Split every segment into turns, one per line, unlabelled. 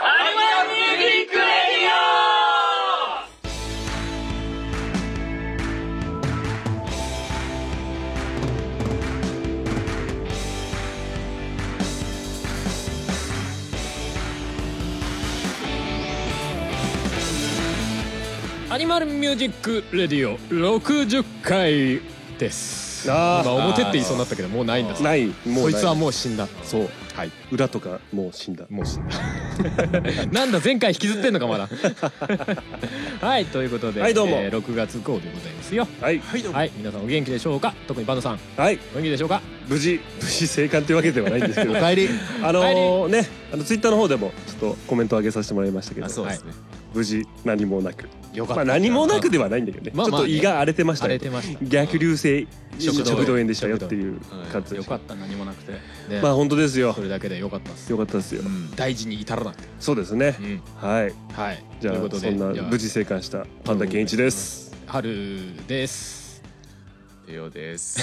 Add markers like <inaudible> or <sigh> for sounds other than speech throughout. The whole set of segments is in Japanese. アルバムミュージックレディ
アニマルミュージックレディオ60回です
あー
今表って言いそうになったけどもうないんだ
ないもう
こいつは
も
もう死んだ
うそう
はい
裏とかもう死んだ
もう死んだ <laughs> なんだ前回引きずってんのか
<laughs>
まだはいということで、
はいどうも
えー6月号でございますよ
はいはい
はい皆さんお元気でしょうか特にバンドさん
はい
お元気でしょうか
無事無事生還というわけではないんですけど
お帰り
あのーねあのツイッターの方でもちょっとコメント上げさせてもらいましたけど
あそうですね、
無事何もなく
よかっ
ま
た、
あ何もなくではないんだけどね、
まあ
ちょ
ま
っ
あ
と
ね
胃が荒れてました
荒れ
ね
てました
逆流性
食
食
道炎
道炎でしたよっていう感じ
よ
で
かった何もなくてね
まあ本当ですよ
それだけでよかったっす
よかったですよ、
うん
大事に至らなくて
そうですね
うん
はい
はい
じゃあ
ということ
そ
で
んな
じゃあ
無事生還したパンダ健一です
春です
レオです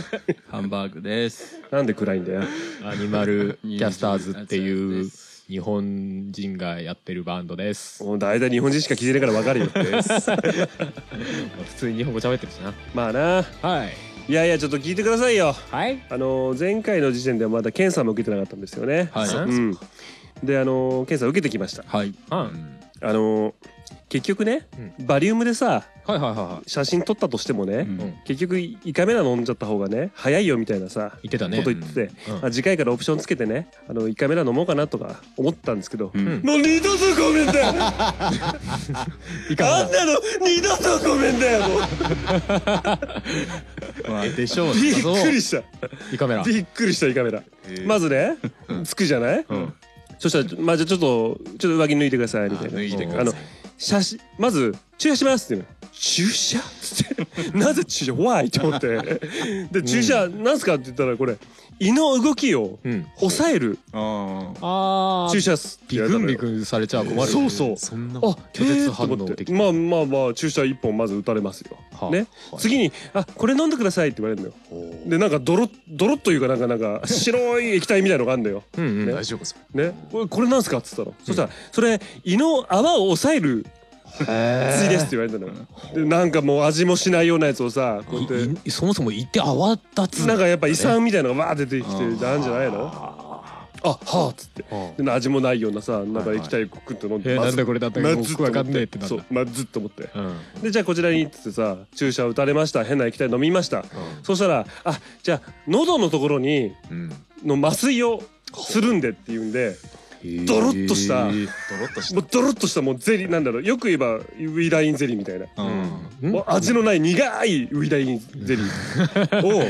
<laughs> ハンバーグです。
なんで暗いんだよ
アニマル
<laughs>
キャスターズってい
22
う日本人がやってるバンドです
もう大体日本人しか聞いてないからわかるよ
普通に日本語喋ってるしな
まあな
はい
いやいやちょっと聞いてくださいよ
はい
あの前回の時点ではまだ検査も受けてなかったんですよね
はい。
うんであの検査受けてきました
はい。
うん
あの結局ね、バリウムでさ
はいはいはいはい
写真撮ったとしてもね、
うん
うん
結局胃カメラ飲んじゃった方がね早いよみたいなさ
言ってた
こ
ね
と言ってて、
うん
あ次回からオプションつけてねあの胃カメラ飲もうかなとか思ったんですけど、
うん
もう二度とごめんだよあ
いかが
んなの二度とごめんだよもう
まあ、でしょう。
びっくりした
いカメラ
びっくりした胃カメラまずねつくじゃない、
ん
そしたら、まあ、じゃあちょっとちょっと上着脱いでくださいみたいな
脱いでく
あ
だ
の
さい
写真まず注射しますって言うの注射っつって <laughs> なぜ注射 why と思ってで注射なんすかって言ったらこれ胃の動きを
うん
抑える
ああ。
あー
注射っすって
ビ
言われ
ク
た
ン
の
ビ
よ
クンされちゃ困る
そうそう
そんな
あ
拒絶反応
えーと思って
的
まあまあまあ注射一本まず打たれますよ、
はあ
ね、次に「あこれ飲んでください」って言われるのよでなんかドロッドロッというかなんかなんか白い液体みたいのがあるんだよ
うんうん
ね
大丈夫です
ね、これこれなんすかっつったの、そしたら「それ胃の泡を抑える薬です」って言われたのよ、でなんかもう味もしないようなやつをさこうやって
いいそもそも言って泡立つ
なんかやっぱ胃酸みたいのがわーって出てきてなんじゃないのあはあっつってで味もないようなさなんか液体をクッと飲んで、
えー
ま
なん
ず
だこれだったら
ま
もう
ずっ
わかんねえって
と思
なんだ
っそうまずっと思って
うん
でじゃあこちらにっつってさ注射打たれました変な液体飲みました、そしたら「あじゃあ喉のところに
うん
の麻酔をするんで」って言うんでドロッとした
ドロッとし
もうドロッとしたもうゼリーなんだろうよく言えばウイダインゼリーみたいな、
うん。
もう味のない苦いウイダインゼ
<laughs>
リーを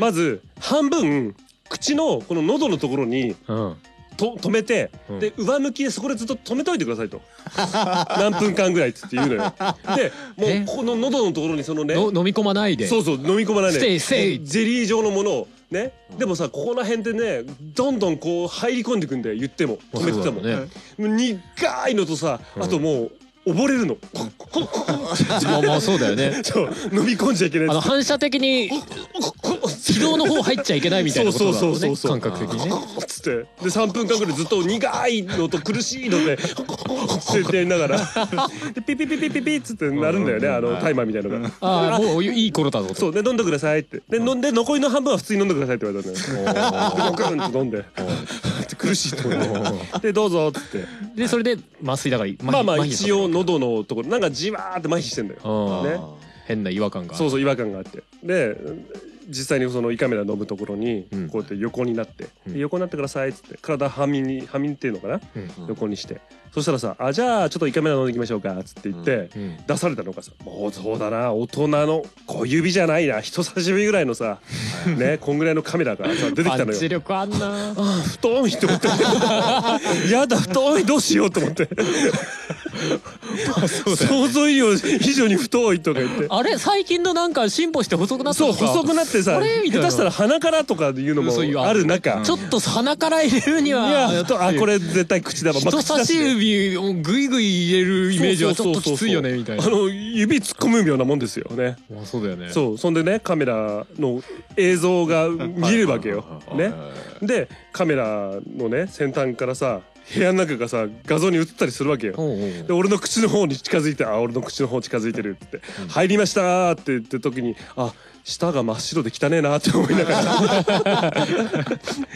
まず半分口のこの喉のところに
うん
と止めて、
うん
で上向きでそこでずっと止めといてくださいと <laughs> 何分間ぐらいっつって言うのよでも
え
うこの喉のところにそのね
の飲み込まないで
そうそう飲み込まない
ステ
で
イステイ
ゼリー状のものをねでもさここら辺でねどんどんこう入り込んでくんだよ言っても止めてたも
そう
ん
だろうね
もう苦いのとさあともう溺れるの、こここここ
まあまあそうだよね
<laughs> そう飲み込んじゃいけない
あの
やつ
反射的に
こここ
軌道の方入っちゃいけないみたいなことだろう
そうそう
ね
そうそう
感覚的にね
っつってで3分間ぐらいずっと苦いのと苦しいので絶対ながらでピピピピピピっつってなるんだよねあのタイマーみたいなのが。
ああもういい頃だぞと
そうで飲んでくださいってで飲んで残りの半分は普通に飲んでくださいって言われたのよ。ゴクンって飲んで苦しいと思ってでどうぞっつって
でそれで麻酔だから麻痺
まあまあ
麻痺
一応喉のところなんかじわーって麻痺してんだよ。
うん
ね
変な違和感が
そうそう違和感があってで実際にその胃カメラ飲むところに
うん
こうやって横になって、
うん
で横になってくださいっつって体はみにはみっていうのかな、
うん
横にしてそしたらさ「あじゃあちょっと胃カメラ飲んでいきましょうか」っつって言って、
うん
出されたのがさもうそうだな大人の小指じゃないな人差し指ぐらい
<laughs>
のさ、ねこんぐらいのカメラがさ出てき
パ
たの
ン
よ
チ。力あんな <laughs>
ああ太いと思ってやだ太いどうしようと思って想像以上以上に太いとか言って
あれ最近のなんか進歩して細くなった
そう
のか
細くなってさ
あれみたい
下
な
手したら鼻からとかいうのも
そういうあ
ある中
ちょっと鼻から入れるに
い
は
やとあこれ絶対口だわまあ
人
口
差
だ
し
しね
指をぐいぐい入れるイメージはちょっときついよねみたいな
あの指突っ込むようなもんですよね
あそうだよね
そうそんでねカメラの映像が見れるわけよねでカメラのね先端からさ部屋の中がさ画像に映ったりするわけよ
おうおう
で俺の口の方に近づいて「あ俺の口の方近づいてる」って「入りました」って言った時に「あ舌が真っ白で汚ねえな」って思いながら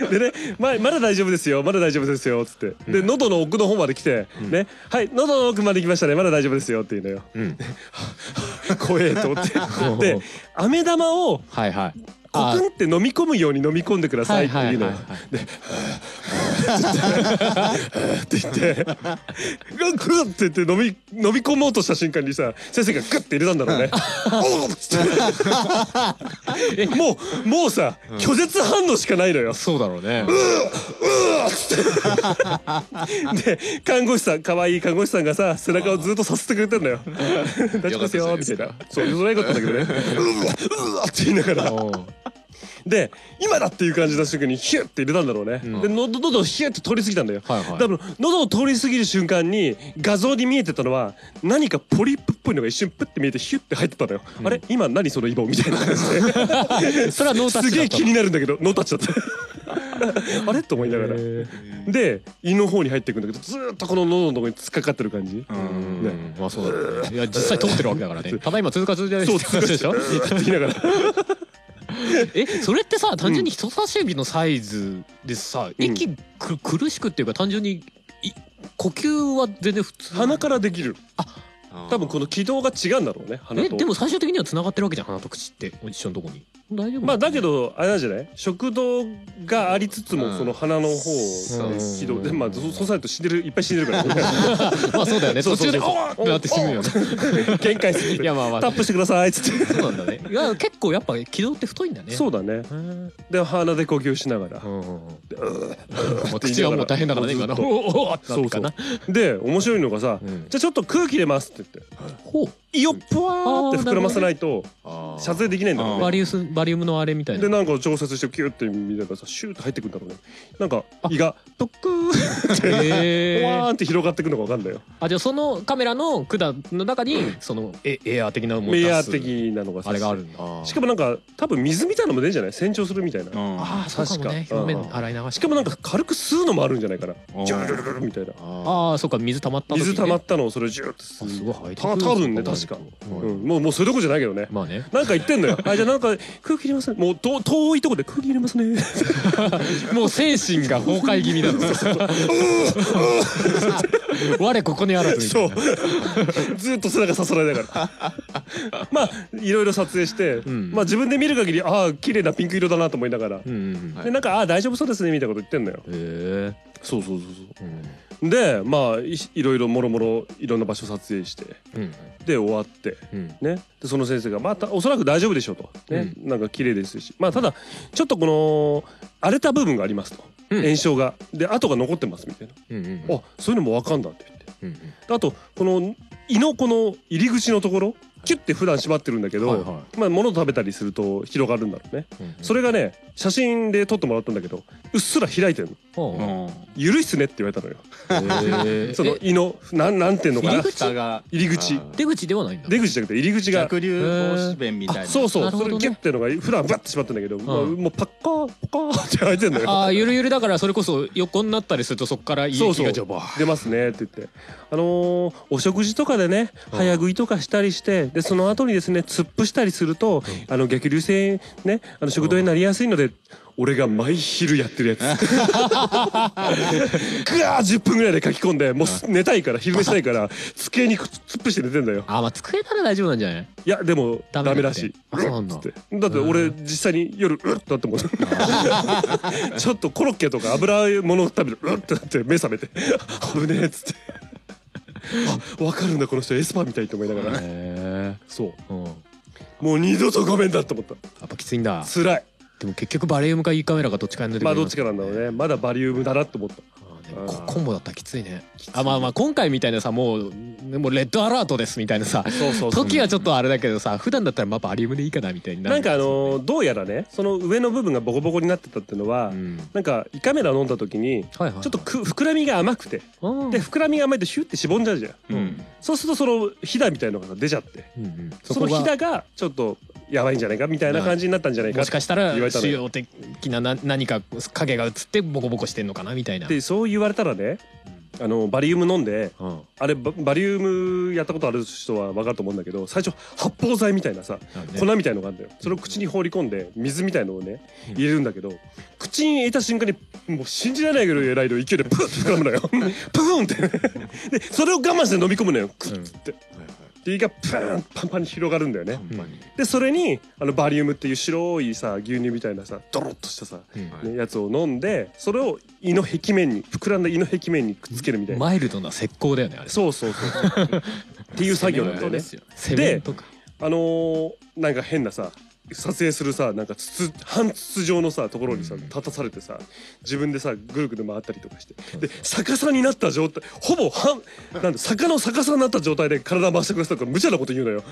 でね、ま「まだ大丈夫ですよまだ大丈夫ですよ」っつってで喉の奥の方まで来て「ねはい喉の奥まで来ましたねまだ大丈夫ですよ」って言うのよ。 <laughs> 怖えと思ってで飴玉を
はいはい
コ
あ
クンって飲み込むように飲み込んでくださいっていうのよ
はいはい
<laughs> って言って <laughs> グッグッって言って飲み飲み込もうとした瞬間にさ先生がグッて入れたんだ <laughs> ろうね。おうっつってもうもうさ拒絶反応しかないのよ。
そうだろうね
で看護師さん可愛い看護師さんがさ背中をずっとさすってくれてんだよ。 <laughs> 大丈夫ですよみたいな。そうそれがよかったんだけどね。うわうわって言いながら。
おう
で今だっていう感じの瞬間にヒュッて入れたんだろうね、で喉喉をヒュッて通り過ぎたんだよ、
はいはい
多分喉を通り過ぎる瞬間に画像に見えてたのは何かポリップっぽいのが一瞬プッて見えてヒュッて入ってたのよ、あれ今何そのイボみたい
<laughs>
な感じで
それはノータッチ
すげ
だ
え
った
気になるんだけどノータッチだった
<laughs>
あれと思いながらで胃の方に入っていくんだけどずーっとこの喉のとこに突っかかってる
<laughs>
感じ、
うんまあそうだろうねいや実際通ってるわけだから
<laughs>
ねただいま通過中じゃない
そう
通過 <laughs> 中でしょ
って言いながら
えそれってさ単純に人差し指のサイズでさ、
ん
息く苦しくっていうか単純にい呼吸は全然普通
鼻からできる
あ
多分この軌道が違うんだろうね鼻
え
と
でも最終的には繋がってるわけじゃん鼻と口って一緒のとこに大丈夫
まあだけどあれなんじゃない食道がありつつも
うん
その鼻の方を
うん
軌道でまあそそうさないと死んでるいっぱい死んでるからね
まあそうだよね
そ
途
うそ
中で
うそう
「おー!」ってなって死ぬよね
限界すぎ
い
て
やまあまあ
タップしてくださいっつっ
そうなんだねいや結構やっぱ軌道って太いんだね
てそうだね
うん
で鼻で呼吸しながら
うんうんうんまあ口はもう大変だからね今の「
ずっと
おーおー!」ってなってかな
で面白いのがさ
うん
じゃあちょっと空気入れますって言って
ほう
胃をぷわーって膨らませないと
あー
撮影できないんだろう
バ
ね
リウスバリウムのあれみたい
で
な
なんか調節してキューって見たらさシューって入ってくんだろうねなんか胃がとっくーって <laughs>
へ
ぽ
ー
わーんって広がってくのがわかんだよ
あじゃあそのカメラの管の中にそのエエアー的なものを出す
メア的なのがさ
あれがあるんだ
あー
しかもなんか多分水みたいなのも出るんじゃない洗浄するみたいな、
あ
ああそうかもね
確か
表面洗い流して
しかもなんか軽く吸うのもあるんじゃないかな
あー
ジュルルルルルみたいな
あ
ああそうか水溜まった時ね
水溜まったのをそれをジューって
あす
吸う
ごいハイテク
た多分ね確か、うん、もうもうそういうとこじゃないけどね
まあね
なんか言ってん <laughs> のよあじゃあなんか空気入れますねもうと遠いとこで空気入れますね
もう精神が崩壊気味なの <laughs> 我ここにあらずみた
<laughs> そ
いうな
ずーっと背中ささられなが <laughs> らまあいろいろ撮影して、
ん
まあ自分で見る限りああ綺麗なピンク色だなと思いながら、
うんうん
でなんかああ大丈夫そうですねみたいなこと言ってんのよ
うんへえ
そうそうそうそう。でまあいいろいろもろもろいろんな場所撮影して
うん
で終わって、
うん
ね、でその先生が「まあたおそらく大丈夫でしょ」うと、ねなんか綺麗ですしまあただちょっとこの荒れた部分がありますと、
うん
炎症がで跡が残ってますみたいな、
うんうん
あそういうのも分かんだって言って
うんうん
であとこの胃のこの入り口のところキュッて普段閉まってるんだけど、
はいは
まあ、物食べたりすると広がるんだろうね、
うん
それがね写真で撮ってもらったんだけどうっすら開いてるの
ほう
「ゆるいっすね」って言われたのよ。
へえ
その
え
胃のなんなんていうのか
入
な
り口
蓋が
入り口
あー
出口ではないんだ
出口じゃなくて入り口が
逆流防止弁みたいな
そうそう
なるほ
そ
どね
れギュッてのが普段バッてしまってんだけど、まあ
うん
もうパッカーパッカーって開いてんだよ
あ <laughs> あゆるゆるだからそれこそ横になったりするとそこから胃
そう
液
そう
がジョバー
出ますねって言ってあのーお食事とかでね早食いとかしたりしてでその後にですね突っ伏したりすると、あの逆流性ねあの食道炎になりやすいので、俺が毎昼やっ
<laughs>
てるやつぐわー10分ぐらいで書き込んでもうす寝たいから昼寝したいから机に突っ伏して寝てんだよ
あーまあ机なら大丈夫なんじゃない
いやでも
ダ
ダ
メだって
メらしい
あそうなんだ
っつってだって俺実際に夜うっ <laughs> となってもうちょっとコロッケとか油物食べてうっってなって目覚めて危ねえっつってあ分かるんだこの人エスパーみたいと思いながら
へえ
そう
うん
もう二度とごめんだと思った
やっぱきついんだ
辛い
でも結局バレウムか E カメラかどっちかやんないといけ
ま
な
あ
い
どっちかなんだろうねまだバリウムだなと思った
あーでこコンボだったらきついねあまあまあ今回みたいなさもうもうレッドアラートですみたいなさ
そうそうそう
時はちょっとあれだけどさ普段だったらまあバリウムでいいかなみたいにな
な
る
んかあのーどうやらねその上の部分がボコボコになってたっていうのは、
うん
なんか胃カメラ飲んだ時に
はいはい
ちょっとく膨らみが甘くて
うん
で膨らみが甘いとシュッてしぼんじゃうじゃん、
うん
そうするとそのひだみたいのが出ちゃって
うんうん
そ
そこ
のひ
が
だがちょっとやばいんじゃないかみたいな感じになったんじゃないか
も
っ
しかしたら
言われたの
主
よ
要的なな何か影が映ってボコボコしてんのかなみたいな
てそう言われたらねあのバリウム飲んで
うん
あれババリウムやったことある人は分かると思うんだけど最初発泡剤みたいなさ粉みたいのがあるんだよそれを口に放り込んで水みたいのをね入れるんだけど口に入れた瞬間にもう信じられないぐらい偉いの勢いでプーンって膨らむのよ <laughs> プーンってねでそれを我慢して飲み込むのよクッつってで胃がプーンパンパンに広がるんだよねでそれにあのバリウムっていう白いさ牛乳みたいなさドロッとしたさ、
うん
ねやつを飲んでそれを胃の壁面に膨らんだ胃の壁面にくっつけるみたいな
マイルドな石膏だよねあれ
そうそうそう <laughs> っていう作業なんだよね
よ
セメントか
あのーなんか変なさ撮影するさなんか筒半筒状のさところにさ立たされてさ自分でさぐるぐる回ったりとかしてで逆さになった状態ほぼ半なんだ坂の逆さになった状態で体回してくださいとか無茶なこと言うの <laughs> よ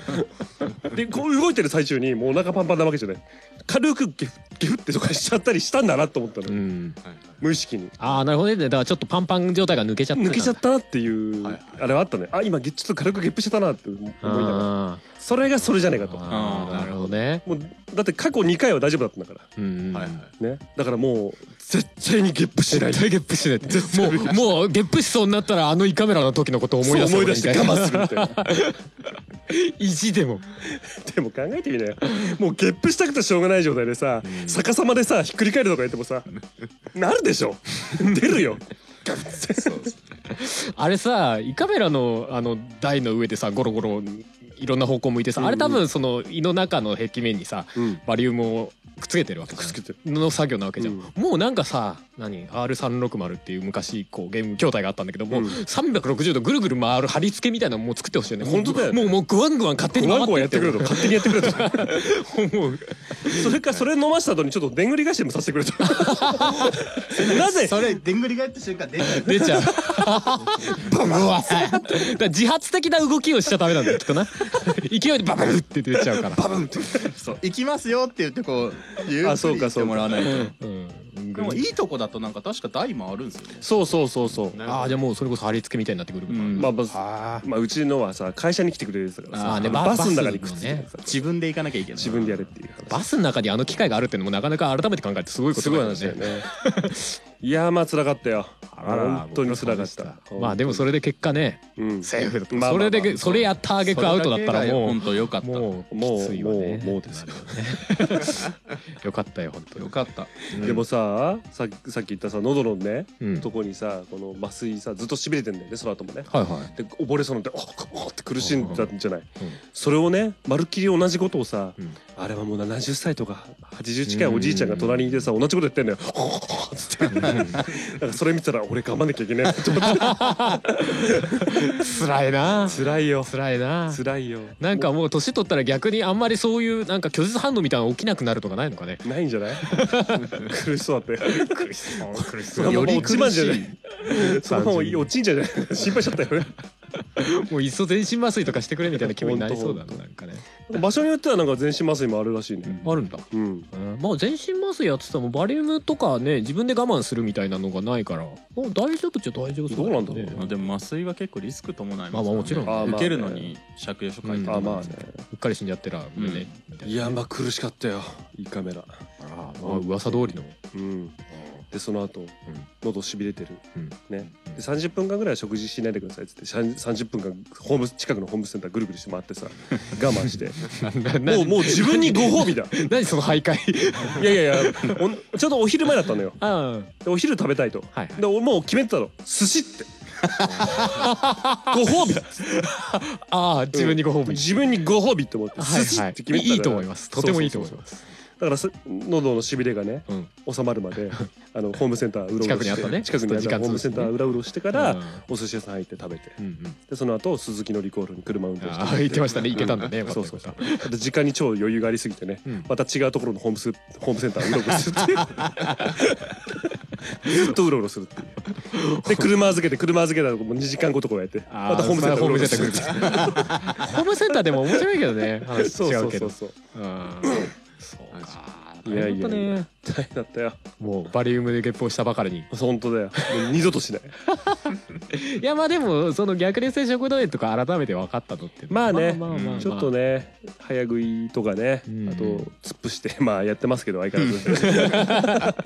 でこう動いてる最中にもうお腹パンパンなわけじゃない軽くゲフゲフってとかしちゃったりしたんだなと思ったの、
うん
無意識に
ああなるほどねだからちょっとパンパン状態が抜けちゃった
抜けちゃったたなっていう、
はいはい
あれはあったねあ今ゲちょっと軽くゲップしちゃったなって思いながら
あ
それがそれじゃねえかとも
あーなるほどね
うだって過去2回は大丈夫だったんだから
うん
はいはい
ね、だからもう絶対にゲップしない
絶対ゲップしないってもうもうゲップしそうになったらあの胃カメラの時のことを思い出す
そう思い出して
みたいな
我慢するみたいな
意地でも
でも考えてみなよもうゲップしたくてしょうがない状態でさ、逆さまでさひっくり返るとか言ってもさなるでしょ出るよ
そうですね
あれさ胃カメラのあの台の上でさゴロゴロいろんな方向向いてさあれ多分その胃の中の壁面にさ
うん
バリウムをくっつけてるわけじゃん
くっつけてる
の作業なわけじゃん、
うん
もうなんかさ何 R360 っていう昔こうゲーム筐体があったんだけどもう
うん
360度ぐるぐる回る貼り付けみたいなのもう作ってほしいよね
本当だよ
もうもうグワングワン勝手に
ごま
回っ
ん
て
ごまん
い
やってくれと勝手にやってくれと
もう
それかそれ飲ました後にちょっとでんぐり返しでもさせてくれとなぜ
それでんぐり返った瞬間出ち
<laughs>
ゃう
出ちゃうバブワだから自発的な動きをしちゃダメなんだよきっと
<laughs>
な勢いでバブって出ちゃうから
バブンってそう行きますよって言ってこうゆっ
あ
く
そう
り
か
行ってもらわないと
うん
でもいいとこだとなんか確か台もあるんですよね
そうそうそうそう
ああじゃあもうそれこそ貼り付けみたいになってくる
うん
まあまあまあうちのはさ会社に来てくれるやつだからさ
あーね
あの
バ
バスの中にく
バ
っ
ス
つ
の
い
ね
てさ
自分で行かなきゃいけない
自分でやれっていう話
バスの中にあの機械があるってのもなかなか改めて考えてすごいこ
す
と
ごい
だよね
話だよね。 <laughs> いやーまあ辛かったよ。
あら
本当に辛かった。
まあでもそれで結果ね
うん、
セーフだった、
まあまあ
そ
まあ
れでそれやった挙句アウトだったらも
本当よかっ
う
た
もう
も
き
う
ついわね
もうもうですよ
よかったよ本当
よかった
でもさささっき言ったさ喉のね、
うん
とこにさこの麻酔さずっと痺れてんだよねその後もね。
はいはい
で溺れそうになっておっおっって苦しんだんじゃない、
うん
それをねまるっきり同じことをさ、
うん
あれはもう70歳とか80近いおじいちゃんが隣にいてさ同じことやってんのよ「 <laughs> おっおっおっつってなんかそれ見てたら俺頑張んなきゃいけないと思って
辛いな
辛いよ
辛いな
<laughs> 辛いよ
なんかもう年取ったら逆にあんまりそういうなんか拒絶反応みたいなの起きなくなるとかないのかね
ないんじゃない苦しそうだったよ
う
より
より
落ちまんじゃない
苦
そのまま落ちんじゃない心配しちゃったよね
もういっそ全身麻酔とかしてくれみたいな気分になりそうだ
ほんと
な
ほ
なんかね
場所によってはなんか全身麻酔もあるらしいね
あるんだ
うん、
うんまあ全身麻酔やっててもバリウムとかね自分で我慢するみたいなのがないからもう大丈夫っちゃ大丈夫そうけ
どうなんだろう
まあでも麻酔は結構リスク伴いますからね
まあまあもちろん
あーまあね
受けるのに借用書書いて
あ
る
まあね
うっかり死んじゃってらごめんね、みたいない
やまあ苦しかったよいいカメラ
ああまあ噂通りの
うんでその後、喉しびれてる、
うん
ねで30分間ぐらいは食事しないでくださいっつってさん30分間ホーム近くのホームセンターぐるぐるして回ってさ我
<laughs>
慢してもうもう自分にご褒美だ
何その徘徊
<laughs> いやいやいやおちょうどお昼前だったのよ
ああはい
でお昼食べたいと、
はい
で俺もう決めてたの寿司って
<laughs>
ご褒美だ
ああ自分にご褒美、
自分にご褒美って思って
はい
寿司
は
っ
い
て決めてたから
いいと思いますとてもいいと思います
だからす喉のしびれがね
うん
収まるまであのホームセンターうろうろして
近くにあったね
近くにあっ
ちょ
た
っと時間
ホームセンターうろうろしてから、
うん
お寿司屋さん入って食べて
うんうん
でその後鈴木のリコールに車運転して
ああ言ってましたね行けたんだね、よかったよ
そう
か
そ
っ
う
た
そうあと時間に超余裕がありすぎてね、
うん
また違うとこ
<laughs>
ろのホームスホームセンターうろうろするっていうずっとうろうろするっていうで車預けて車預けたとこも2時間後とかやって
あー
またホームセンター
ホームセンタ
ー
ホームセンターでも面白いけど
<laughs>
ね話
そう
違
そうう
け
そ
ど
うそう
うんそうか
いやいやい
大変
や
だったね
大変だったよ
もうバリウムでゲップをしたばかりに
本当だよもう二度としない
いやまあでもその逆流性食道炎とか改めて分かったのって
まあね
まあまあ
ちょっとね早食いとかね
うん
あと突っ伏してまあやってますけど相変わら
<laughs>
ずね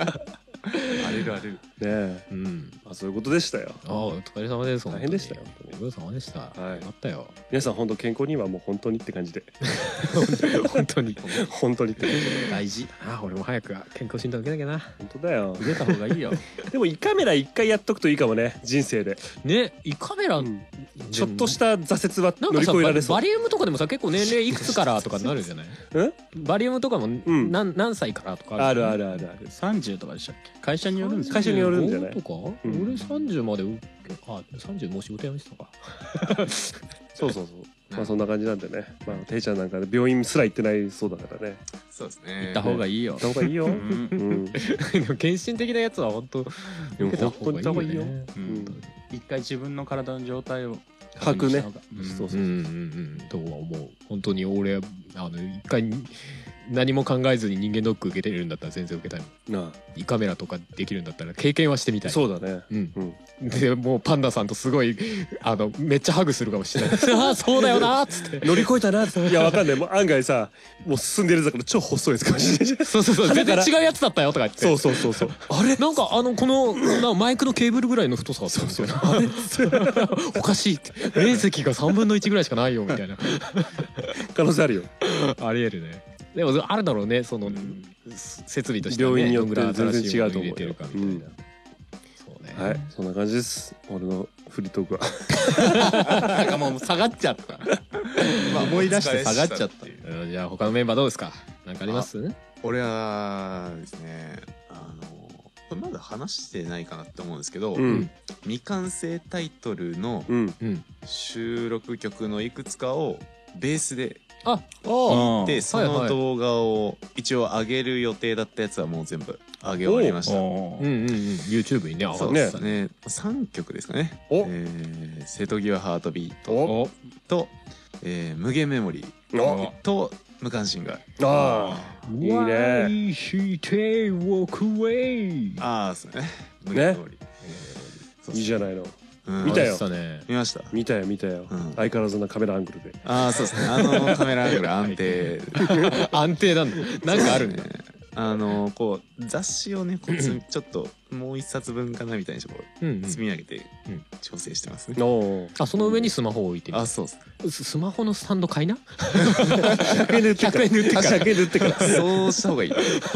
あれるあれる。
え
うん
まあそういうことでしたよ
ああお疲れ様です
大変でしたよ
本当にご苦労様でした
は
はいいあったよ
皆さん本当健康にはもう本当にって感 <laughs> じで
本当に
本当にって感じで
大事
ああ俺も早く健康診断受けなきゃな
本当だよ
出た方がいい <laughs> よ
でも胃カメラ一回やっとくといいかもね人生で
ね胃カメラ
うんちょっとした挫折は
なん
乗
か
り
さ
越えら
バ
れそう
バリウムとかでもさ結構年齢いくつからとかになる <laughs> じゃない
うん
バリウムとかも
ん
何何歳からとか
ある
る
あるあるある
30とかでしたっけ会社によるんです
会社によるんじゃない
35とか
う
俺
ん
30まで受けあ30もう仕事辞めてたか
そうそうそうまあそんな感じなんでねまあていちゃんなんかね病院すら行ってないそうだからね
そうですね。
行った方がいいよ
行った方がいいよう
うんん
でも献身的なやつは本当
でも
受けた方がいいよね。
う
うん
ん一回自分の体の状態を
吐くね
そ
そう
う
うそ
んう
うん
うんとは思う。本当に俺あの一回に何も考えずに人間ドック受けてるんだったら全然受けたいもん。
な
胃カメラとかできるんだったら経験はしてみた
あ
い。
そうだね
うん
うん
でもうパンダさんとすごいあのめっちゃハグするかもしれない。ああ <laughs> そうだよなーっつって。
乗り越えたなっていやわかんないもう案外さもう進んでるだから超細いやつかもしれな
<laughs>
い
そうそうそう全然
だか
違うやつだったよとか言って。
<laughs> そうそうそうそう
あれなんかあのこのなマイクのケーブルぐらいの太さだったんですよ。 <laughs> あれおかしいって面積が3分の1ぐらいしかないよみたいな。
可能性あるよ
ありえるね。でもあるだろうねその、
ん
す設備としてはね、
病院によって
どんぐらい
全
新しい
然違
もの
うと
入
思
れ
う
て
よ
るかみたいな。そうね。
はいそんな感じです俺のフリートークは
なんかもう下がっちゃった
まあ
思い出して下がっちゃった
ていう
うんじゃあ他のメンバーどうですか。なんかあります？
俺はですね、あの、これまだ話してないかなって思うんですけど、
うん
未完成タイトルの
うん
うん。
収録曲のいくつかをベースで
あ、
弾い
あ
て、
ー
そ
はいは
の
い
動画を一応上げる予定だったやつはもう全部上げ終わりました。
うんうんうん。YouTube にね上が
そう
っ
で
て
す
たね。
ね3曲ですかね「
お
えー瀬戸際ハートビート
お
お、」
と「えー無限メモリー
お」
と「無関心が
ああいいね
愛しておくれ。」
ああそうね「無限メモリー」そうそう
いいじゃないの
うん
見たよ
あそうね。
見ました
見たよ見たよ
うん
相変わらずなカメラアングルで
ああそうですねあの <laughs> カメラアングル安定
安定なんだ。なんかあるね。
あのこう雑誌をねこうつちょっともう一冊分かなみたいにしてこ
うんうん
う積み上げて
うん
調整してますね
おお
あその上にスマホを置いてる
あそうっす
ススマホのスタンド買いな
<laughs> 100円で売って
<laughs> 100円で売ってから
100円で売ってから
そうした方がいい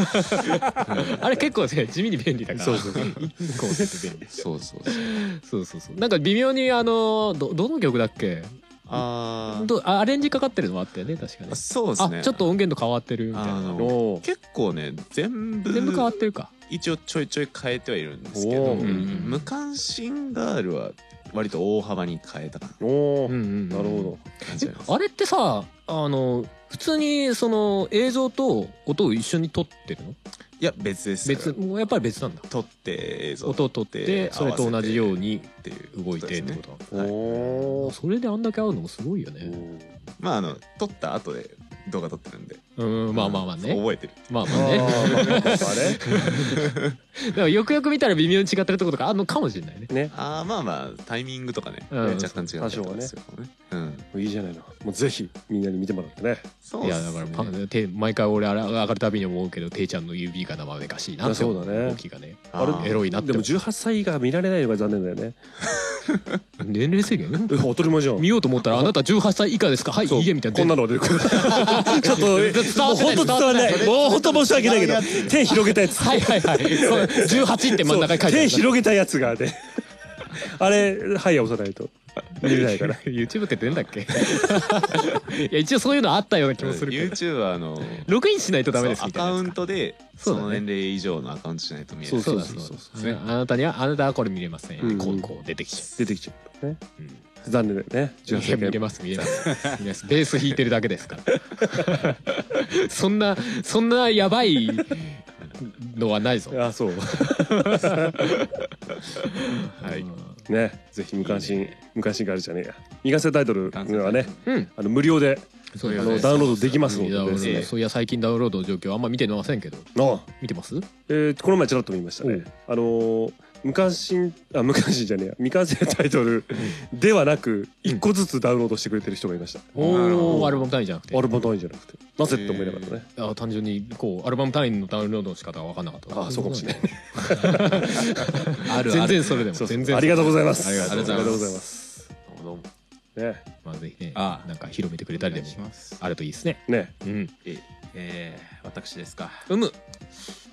<laughs> あれ結構ね地味に便利だから <laughs>
そうそうそう
一個持ってて便利
そうそうそう
そうそうそうなんか微妙にあのどどの曲だっけ
あー
どあアレンジかかってるのもあったよね確かね
あそうです
あ
ね
ちょっと音源と変わってるみたい
あ
な
の
おー
結構ね全部
全部変わってるか
一応ちょいちょい変えてはいるんですけど、
おー
うん無関心ガールは割と大幅に変えたかな
おお
うんうん
なるほ
感じがします
あれってさあの普通にその映像と音を一緒に撮ってるの
いや別です
別もうやっぱり別なんだ
撮って映像
音を撮ってそれと同じよう
に
に
っていう
動いてっ
こ
て
と
こ
です
と
ね
なんだ
どお
あ
お
それであんだけ合うのもすごいよね
まああの撮った後で動画撮ってるんで
うんまあまあまあ
そう
ね
覚えてる
まあま
あ
あね
ーまあ
だからよくよく見たら微妙に違ってるところとかあるのかもしれないね
あ。れね
ああまあまあタイミングとかね、
うん
若干違うとかですよねうん
いいじゃないのもうぜひみんなに見てもらってね
そう
い
っす
やだからパン手毎回俺あれ上がるたびに思うけどていちゃんの指が生めかしいなって思
そうだね
動きがね
あー
エロいなって思
でも
う
18歳が見られないのが残念だよね
年齢制限
うん当たり前じゃん
見ようと思ったらあなた18歳以下ですかはい
そう
いいえみたいな
こんなの出てくる <laughs> ちょっともう
伝わってない
本当伝わんないもう本当申し訳ないけど手広げたやつ
はいはいはいそう18って真ん中に書いてあ
手 <laughs>
る
広げたやつがねあれはい押さないと見れないから
YouTube って出んだっけ <laughs> いや一応そういうのあったような気もするけど
YouTuber の
ログインしないとダメです
そうア
みたい
カ
なや
ウ
つ
ン
か
トで
そう
そ
だね
の年齢以上のアカウントしないと見えない
そうだそうだ
そう
そうだあなたにはあなたはこれ見れませんよ、
うん
こうこ <laughs> う出てきちゃ
出てきちゃう、ね
う、
残念だよね
いや
18歳
見れます見れます見れますベース弾いてるだけですから <laughs> そんなそんなやばいのはないぞ
あそう
はい
<laughs> ねぜひ無関心無関心があるじゃねえや未完成タイトルはね
うん
あの無料で
そう
あ
です
の
ね
ダウンロードできますの
いや
で
俺
ね
ええ
そういや最近ダウンロードの状況あんま見てませんけど
ああ
見てます
えーこの前ちらっと見ましたねあのー無関心あ無関心じゃねえや <laughs> 未完成タイトルではなく一個ずつダウンロードしてくれてる人がいました
なるほ
お
ど
アルバム単位じゃなくて
アルバム単位じゃなくてなぜって思いながらね
あ単純にこうアルバム単位のダウンロードの仕方が分かんなかった
ああそうかもしれない
ある
全
ある。
然それでも
そうそう
全然
ありがとうございます
ありが
とうございます
す
どうもどうも
ね
まあぜひね
ああ
なんか広めてくれたりでも
お願いします
あるといいですね
ね
うん
えー、私ですか。
うむ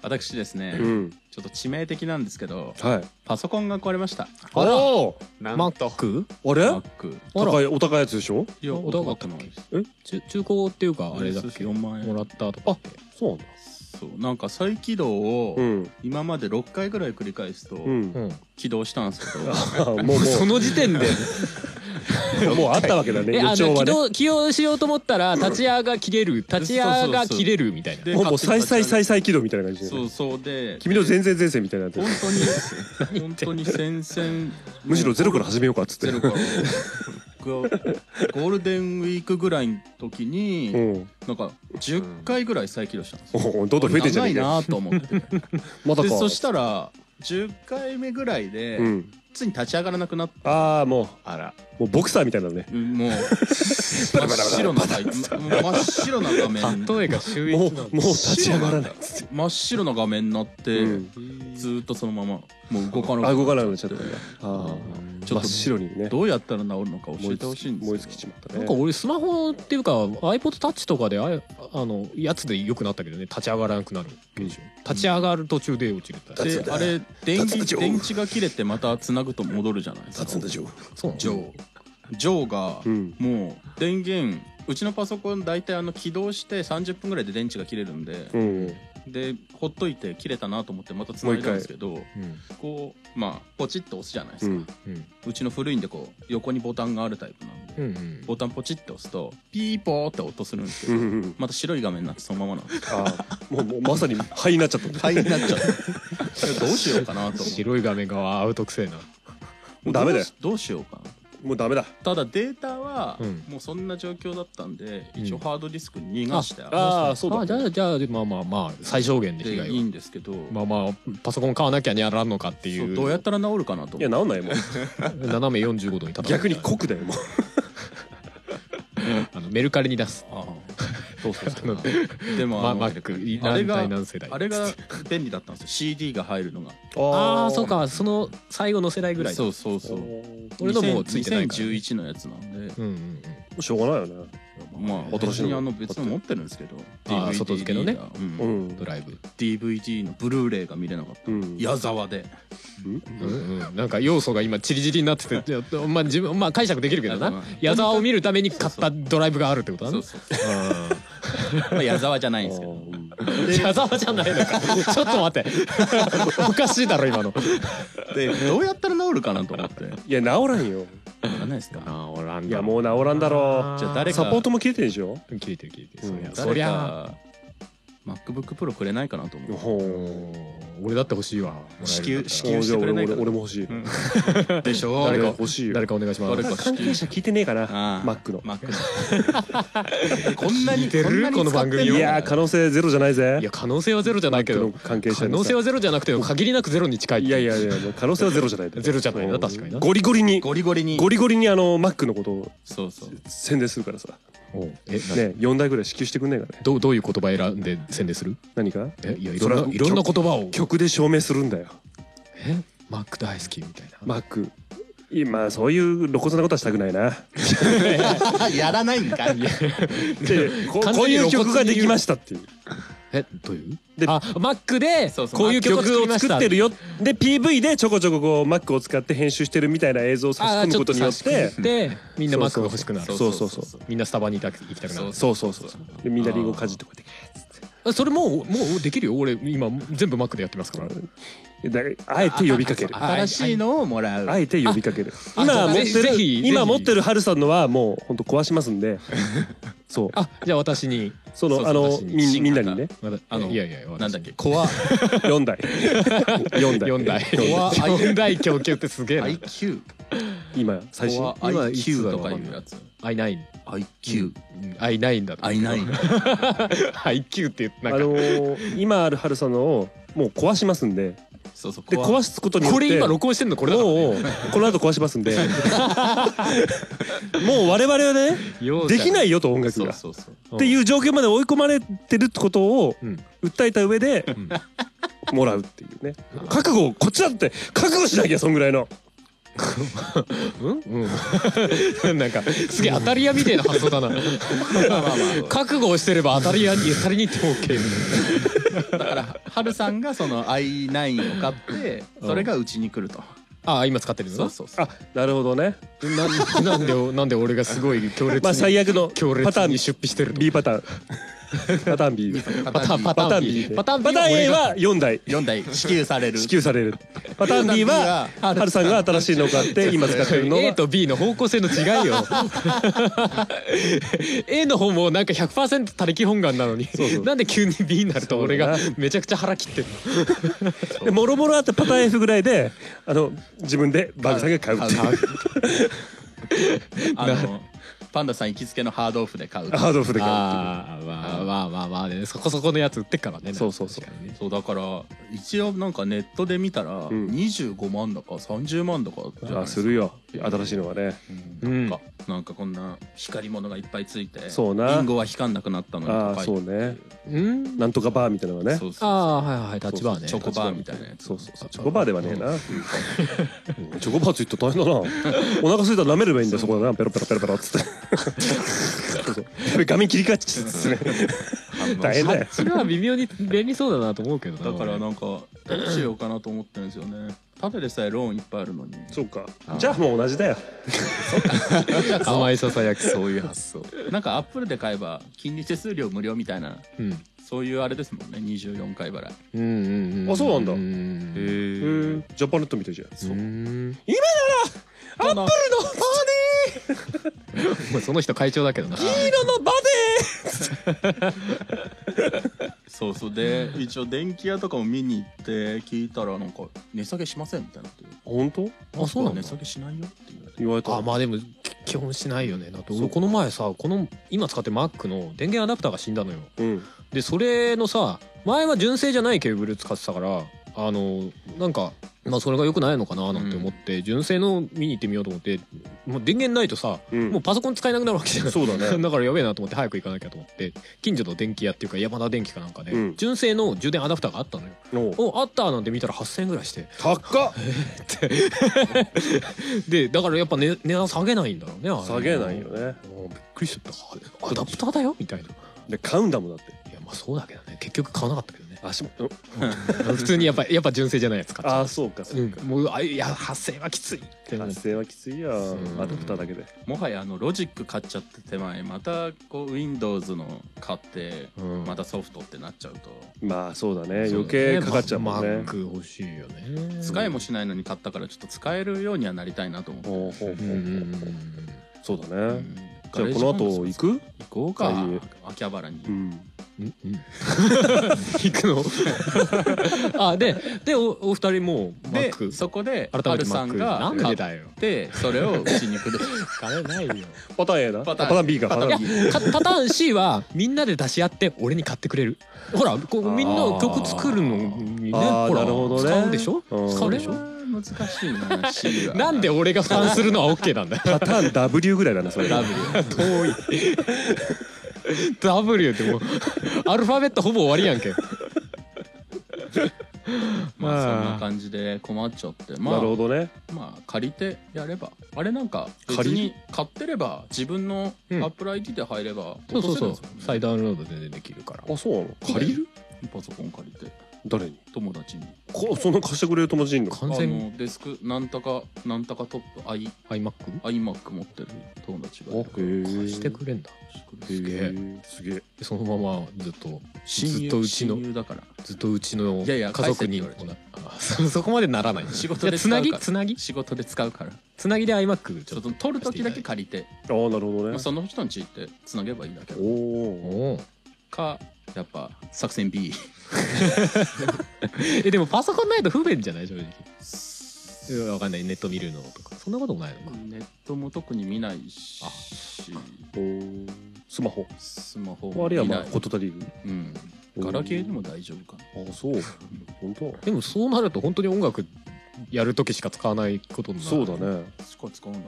私ですね、
うん
ちょっと致命的なんですけど、
はい
パソコンが壊れました。
あら
お
な
ー
ん
マック
あれ
Mac。
あら
高いお高いやつでしょ
いや、
あ
音が
高かったっけ
ない
中中古っていうかあれだっけ
4万円
もらったとかって
そうなんだ
そうなんか再起動を
うん
今まで6回ぐらい繰り返すと
うん
うん
起動したんですけど、
あ <laughs> もう <laughs> も
その時 <laughs> 点で
うもうあったわけだね
えあ
予
の
兆は
起
ね
動起用しようと思ったら立ち屋が切れる立ち屋が切れるみたいな
<laughs>
で
もうもう
買
再
って買っ
再
て
再再起動みたいな感じで
そうそうで
君の全然前世みたいになって
本
る
当に本当に戦線
むしろゼロから始めようかっつって
ゼロからゴールデンウィークぐらいの時に、
うん
なんか10回ぐらい再起動したんですよ、
おおどんどん増えてんじゃ
長
ねえ
い
かよ
なと思
<laughs>
って
また
で
か
そしたら10回目ぐらいで、
うん
ついに立ち上がらなくなって
ああもう
あら
もうボクサーみたいなのね
もう
<laughs>
真っ白な画面真っ白な画面
例えが秀
も
逸
う
なの
もう立ち上がらない
真っ白な画面になって、
うん
ずーっとそのままもう動かな
あ
く
動か
な
な
っ
く
ち
な
ゃ
っちゃったんだああ
ちょ
真
っ
っ
と
白にね
どうやったら治るのか教えてほしいんです
燃え
け
尽
ど
きちまったね
なんか俺スマホっていうか iPodTouch とかでああのやつで良くなったけどね立ち上がらなくなる現象立ち上がる途中で落ちるって
立つん
で
だ
あれ電
立つんだ
気
ジョー
電池が切れてまた繋ぐと戻るじゃないですか
でしょ
そうなの
ジョージョーが
うん
もう電源うちのパソコン大体あの起動して30分ぐらいで電池が切れるんで、
うん
でほっといて切れたなと思ってまた繋いだんですけど
うん
こうまあポチッと押すじゃないです
う
か、
ん
うん
うちの古いんでこう横にボタンがあるタイプなんで、
うんうん
ボタンポチッと押すとピーポーって音するんです
う
け
ん
ど、
うん
また白い画面になってそのままなんです
ああもうもうまさに灰になっちゃったんだ
灰になっちゃうどうしようかなと思って
白い画面がアウトくせえな
もう
ダメだ
どう
よ
しどうしようかな
もうダメだ
ただデータは
うん
もうそんな状況だったんで、
うん
一応ハードディスクに逃がしてあ
ああそう
あじ
だ
ゃ
ね
あじゃあまあまあまあ最小限
っ
で
て
被害
いい
は
んですけど、
まあまあパソコン買わなきゃにゃらんのかっ
そ
ていうう
どうやったら治るかなと
い
思
や
って
治んないよもう
斜め45度に立た
逆に酷だよもう
あのメルカリに出す
ああそうそうそ
あ
う
の
<laughs> でも
ま
あ
あ
の
マック
あれ
何
が
代何世代
<laughs> あれが便利だ
<laughs>
ったんですよ CD が入るのが
ああそうかその最後の世代ぐらい
そうそうそう
も
俺のもうついてないから
2011のやつなんで
うんうんうん
うしょうがないよね
まあ
新しい
私
の
にあの別の持ってるんですけど
ああ
DVD
外付けのね
リーダー
う
うん
ん
ドライブ
DVD のブルーレイが見れなかった
うん
矢沢で
うんうん、なんか要素が今チリチリになってて
<laughs>
ちょっとまあ自分まあ解釈できるけど
ま
な
あ
矢沢を見るために買ったドライブがあるってことだ
そ
ね
うそう <laughs> まあ矢沢じゃないんですけど
<laughs> 矢沢じゃな
<laughs>
いのかちょっと待っておかしいだろ今の
でどうやったら治るかなと思って
<laughs> いや治らんよ
わかんないですか
あおらん
いやもう治らんだろ
じゃあ誰
う
か
サポートも切れてるでしょ
う切れてる切れてる、
うん
そりゃ
マックブックプロくれないかなと思って
そり
ほ
ゃ
う
おー俺だって欲しいわ
支給支
お
給してくれないか
じ
な
ゃあ俺俺俺も欲しい、
んでしょ
誰か
欲しいよ
誰かお願いします
誰か
関係者聞いてねえかな
ああ
マックの
マックのこんなに
聞いてる
こんなに
この番組
使ってんの
いやー可能性ゼロじゃないぜ
いや可能性はゼロじゃないけ
マッ
ど
クの関係者
可
にさ
能性はゼロじゃなくて限りなくゼロに近いって
いうやいやいやもう可能性はゼロじゃない
ゼロじゃないな
うん
確かにな
ゴリゴリに
<laughs> ゴリゴリに
ゴリゴリにあのマックのことを
そうそう
宣伝するからさ
おうえ何
ね4台ぐらい支給してくんないかね
どうどういう言葉選んで宣伝する
何か
えいやい
そ
ろん
れは
ないろんな言葉を
曲で証明するんだよ
えマック大好きみたいな、
マック今そういう露骨なことはしたくないな
<laughs> やらないんかい
でこ
完全に
こういう曲ができましたっていう
えどういう
で
あマックで
そうそう
こ
こ
う
う
い
いうう
曲を作り
曲を
ました
作ってるよで PV でちょこちょここう Mac を使って編集してるみたいな映像を差し
あー
込む
ちょ
こ
っ
と
と
によ
差
っ
し込
て
んでみんなマックが欲しくなる
そう
みんなスタバに行きた行きたくなる
そうそうそうでみんなリンゴかじってこうやって
あそれもうもうできるよ俺今全部マックでやってますから
だからあえて呼びかけるあ
新しいのをもらう
えて呼びかける
あ
今
あ
持っ
ぜ
て
ぜ
る
ひ
今
ぜひ
持ってるハルさんのはもうほんと壊しますんでそう
あじゃあ私に
そ
そ
う
の
そう
あの
私に
み
進化
みんなにね
まだ
あの
いやいや私
なんだっけ
怖っ
4台4台
四代
怖い
四代供給ってすげえな
IQ
今最新
コア
今いつ
IQ
だろ
と
う
かいうやつ
i9
IQ
うん i9 だ
I9
IQ って
あ
なんか
のー今あるハルさんのをもう壊しますんで
そうそう
で
コア
壊すことによっ
こ
て
れ今録音してんのこれだからね
もうこの後壊しますんでもう我々はね
容赦
できないよと音楽
そ
が
うそうそう
っていう状況まで追い込まれてるってことを
うん
訴えた上で、もらうっていうね覚悟をこっちだって覚悟しなきゃそんぐらいの <laughs>
うんなんかすげえ当たり屋みたいな発想だな
まあまあまあ
覚悟をしてれば当たり屋に当たりに行って OK みたいな
だからハルさんがその i9 を買ってそれがうちに来ると
<laughs> ああ今使ってるの
そうそうそう
あなるほどね
なんなんでなんで俺がすごい強烈に、
まあ最悪の
強烈
パターン
に出費してるの
B パターンパターン B
パ
パターンパタ
パタ
ー
ー
ン
ン
B
B で
パターン B
パターン A は4台
4台支給される
支給されるパターン B <laughs> はハルさんが新しいのを買 <laughs> って今使ってるのが
A と B の方向性の違いよ A の方もなんか100%他力本願なのに
そうそう
なんで急に B になると俺が
そうだ
めちゃくちゃ腹切ってるの
でもろもろあってパターン F ぐらいであの自分でバグさんが買う <laughs> っていう
あのパンダさん行きつけのハードオフで買う
<laughs> ハードオフで買うっていう。
あーまあまあまあまあねそこそこのやつ売ってっからね
そうそうそう
確かにね
そうだから一応なんかネットで見たら
ん
25万だか30万だかじゃない
あ
です
す
か
るよ新しいのはね
うん
なんかなんかこんな光り物がいっぱいついて
そうな
リンゴは光んなくなったのに
ああ
高い
そうね
うん
なんとかバーみたいなのがね
そうそう
ああはいはいタッチバーね
チョコバーみたいなやつ
そうそう <laughs> そうチョコバーではねえなうんチョコバーついて大変だなお腹すいたら舐めればいいんだよそこだなペロペロペロペロっつってそうそうや <laughs> べ画面切り替えちゃ <laughs> ってね大変だよ
それは微妙に便利そうだなと思うけど
だから
俺
なんかどうしようかなと思ってるんですよねただでさえローンいっぱいあるのに
そうかじゃあもう同じだよ
甘いささやき
そういう発想
なんかアップルで買えば金利手数料無料みたいな
うん
そういうあれですもんね24回払い
うんうんうん
あそうなんだ
ん
へ
へえ
ー
ジャパネットみたいじゃん
そううん
アップルの
まあその人会長だけどな
そうそうで一応電気屋とかも見に行って聞いたらなんか値下げしませんみたいなこと言う
本当
あそうなんだ
値下げしないよって言われて
言われた
あまあでもき基本しないよねだって俺この前さこの今使ってる Mac の電源アダプターが死んだのよ
うん
でそれのさ前は純正じゃないケーブル使ってたからあのなんか、まあ、それが良くないのかななんて思って、純正の見に行ってみようと思ってもう電源ないとさ、
うん
もうパソコン使えなくなるわけじゃん
そうだ <laughs> ね
<laughs> だからやべえなと思って早く行かなきゃと思って近所の電気屋っていうか山田電気かなんかで、
うん
純正の充電アダプターがあったのよ
お
おあったなんて見たら8,000円ぐらいして <laughs>
高っ
でだからやっぱ、ね、値段下げないんだろうねあれ
下げないよね
もうびっくりしちゃったあアダプターだよみたいない
で買うんだもんだって
やまあそうだけどね結局買わなかったけどね <laughs>
足もうん
普通にやっぱやっぱ純正じゃないやつ買っちゃ
あ
っ
あそうかそ
たう
うんか
もうあいや8,000円はきついってなる
男性はきついや
ん
アダプターだけで
もはやあのロジック買っちゃって手前またこう Windows の買って
うん
またソフトってなっちゃうと
まあそうだね
そう
余計かかっちゃうもん
マ
ね
ック欲しいよね
使いもしないのに買ったからちょっと使えるようにはなりたいなと思って
ほうほ
う
うほう
んうんうん
そうだ
う
ね
ん
じゃあこの後行く
行こうか
帰り
秋葉原に
うん
うんうん <laughs> 行くの <laughs> あででおお二人もうマッ
で
ク
そこで
改
ハ
めて
ル
マ
さ
ッ
ん
ク
が
なん
買
で
っ
だよ
てそれをうちに <laughs> 来る
金ないよ
パターン A だ
パタ
パタ
ーン
ーン B がパターン B
かパターン C はみんなで出し合って俺に買ってくれるほらこうみんな曲作るのにね
あー
ほら
なるほどね
使うでしょ
うん
使うでし
これ
ょ
は難しいな C は
なんで俺が負担するのは OK なんだ
<laughs>
よ
パターン W ぐらいだなそれ
W
遠い W ってもう <laughs> アルファベットほぼ終わりやんけ
まあそんな感じで困っちゃってま
なるほ
あ
どね
まあ借りてやればあれなんか別
借り
に買ってれば自分の
うん
AppleID で入れば
そうそうそう
落とせるんですよ
再ダウンロード全然できるから
あそうなの借りる
ねパソコン借りて
誰に
友達に
こそんな貸してくれる友達いんの
あ
完全に
のデスクなんとかなんとかトップ i
iMac
iMac 持ってる友達がいるから
貸してくれんだ
す
すげ
げ
え
えすげえ
でそのままずっとず
親友
っとうちの
親友だから
ずっとうちの
いやいや
家族に
返せって言わ
<laughs> あそそこまでならない
<laughs> 仕事で
つな
使う
ぎ
から
つなぎ
仕事で使うから
つなぎで iMac ち
ち
ょ
ょ
っ
っ
と
と取る時だけ借りて、
あーなるほど
ま
ね
あ、その人のちってつなげばいいだけ
おお
おー
かやっぱ作戦 B
えでもパソコンないと不便じゃない正直いやわかんないネット見るのとかそんなこともないのか
ネットも特に見ないし
スマホ
スマホ
あ
も
れは
見
ま
な
あ
い、
ことたり
うん、ガラケーでも大丈夫かな
あそう本当
でもそうなると本当に音楽やる時しか使わないことになる
そうだね
しか使わない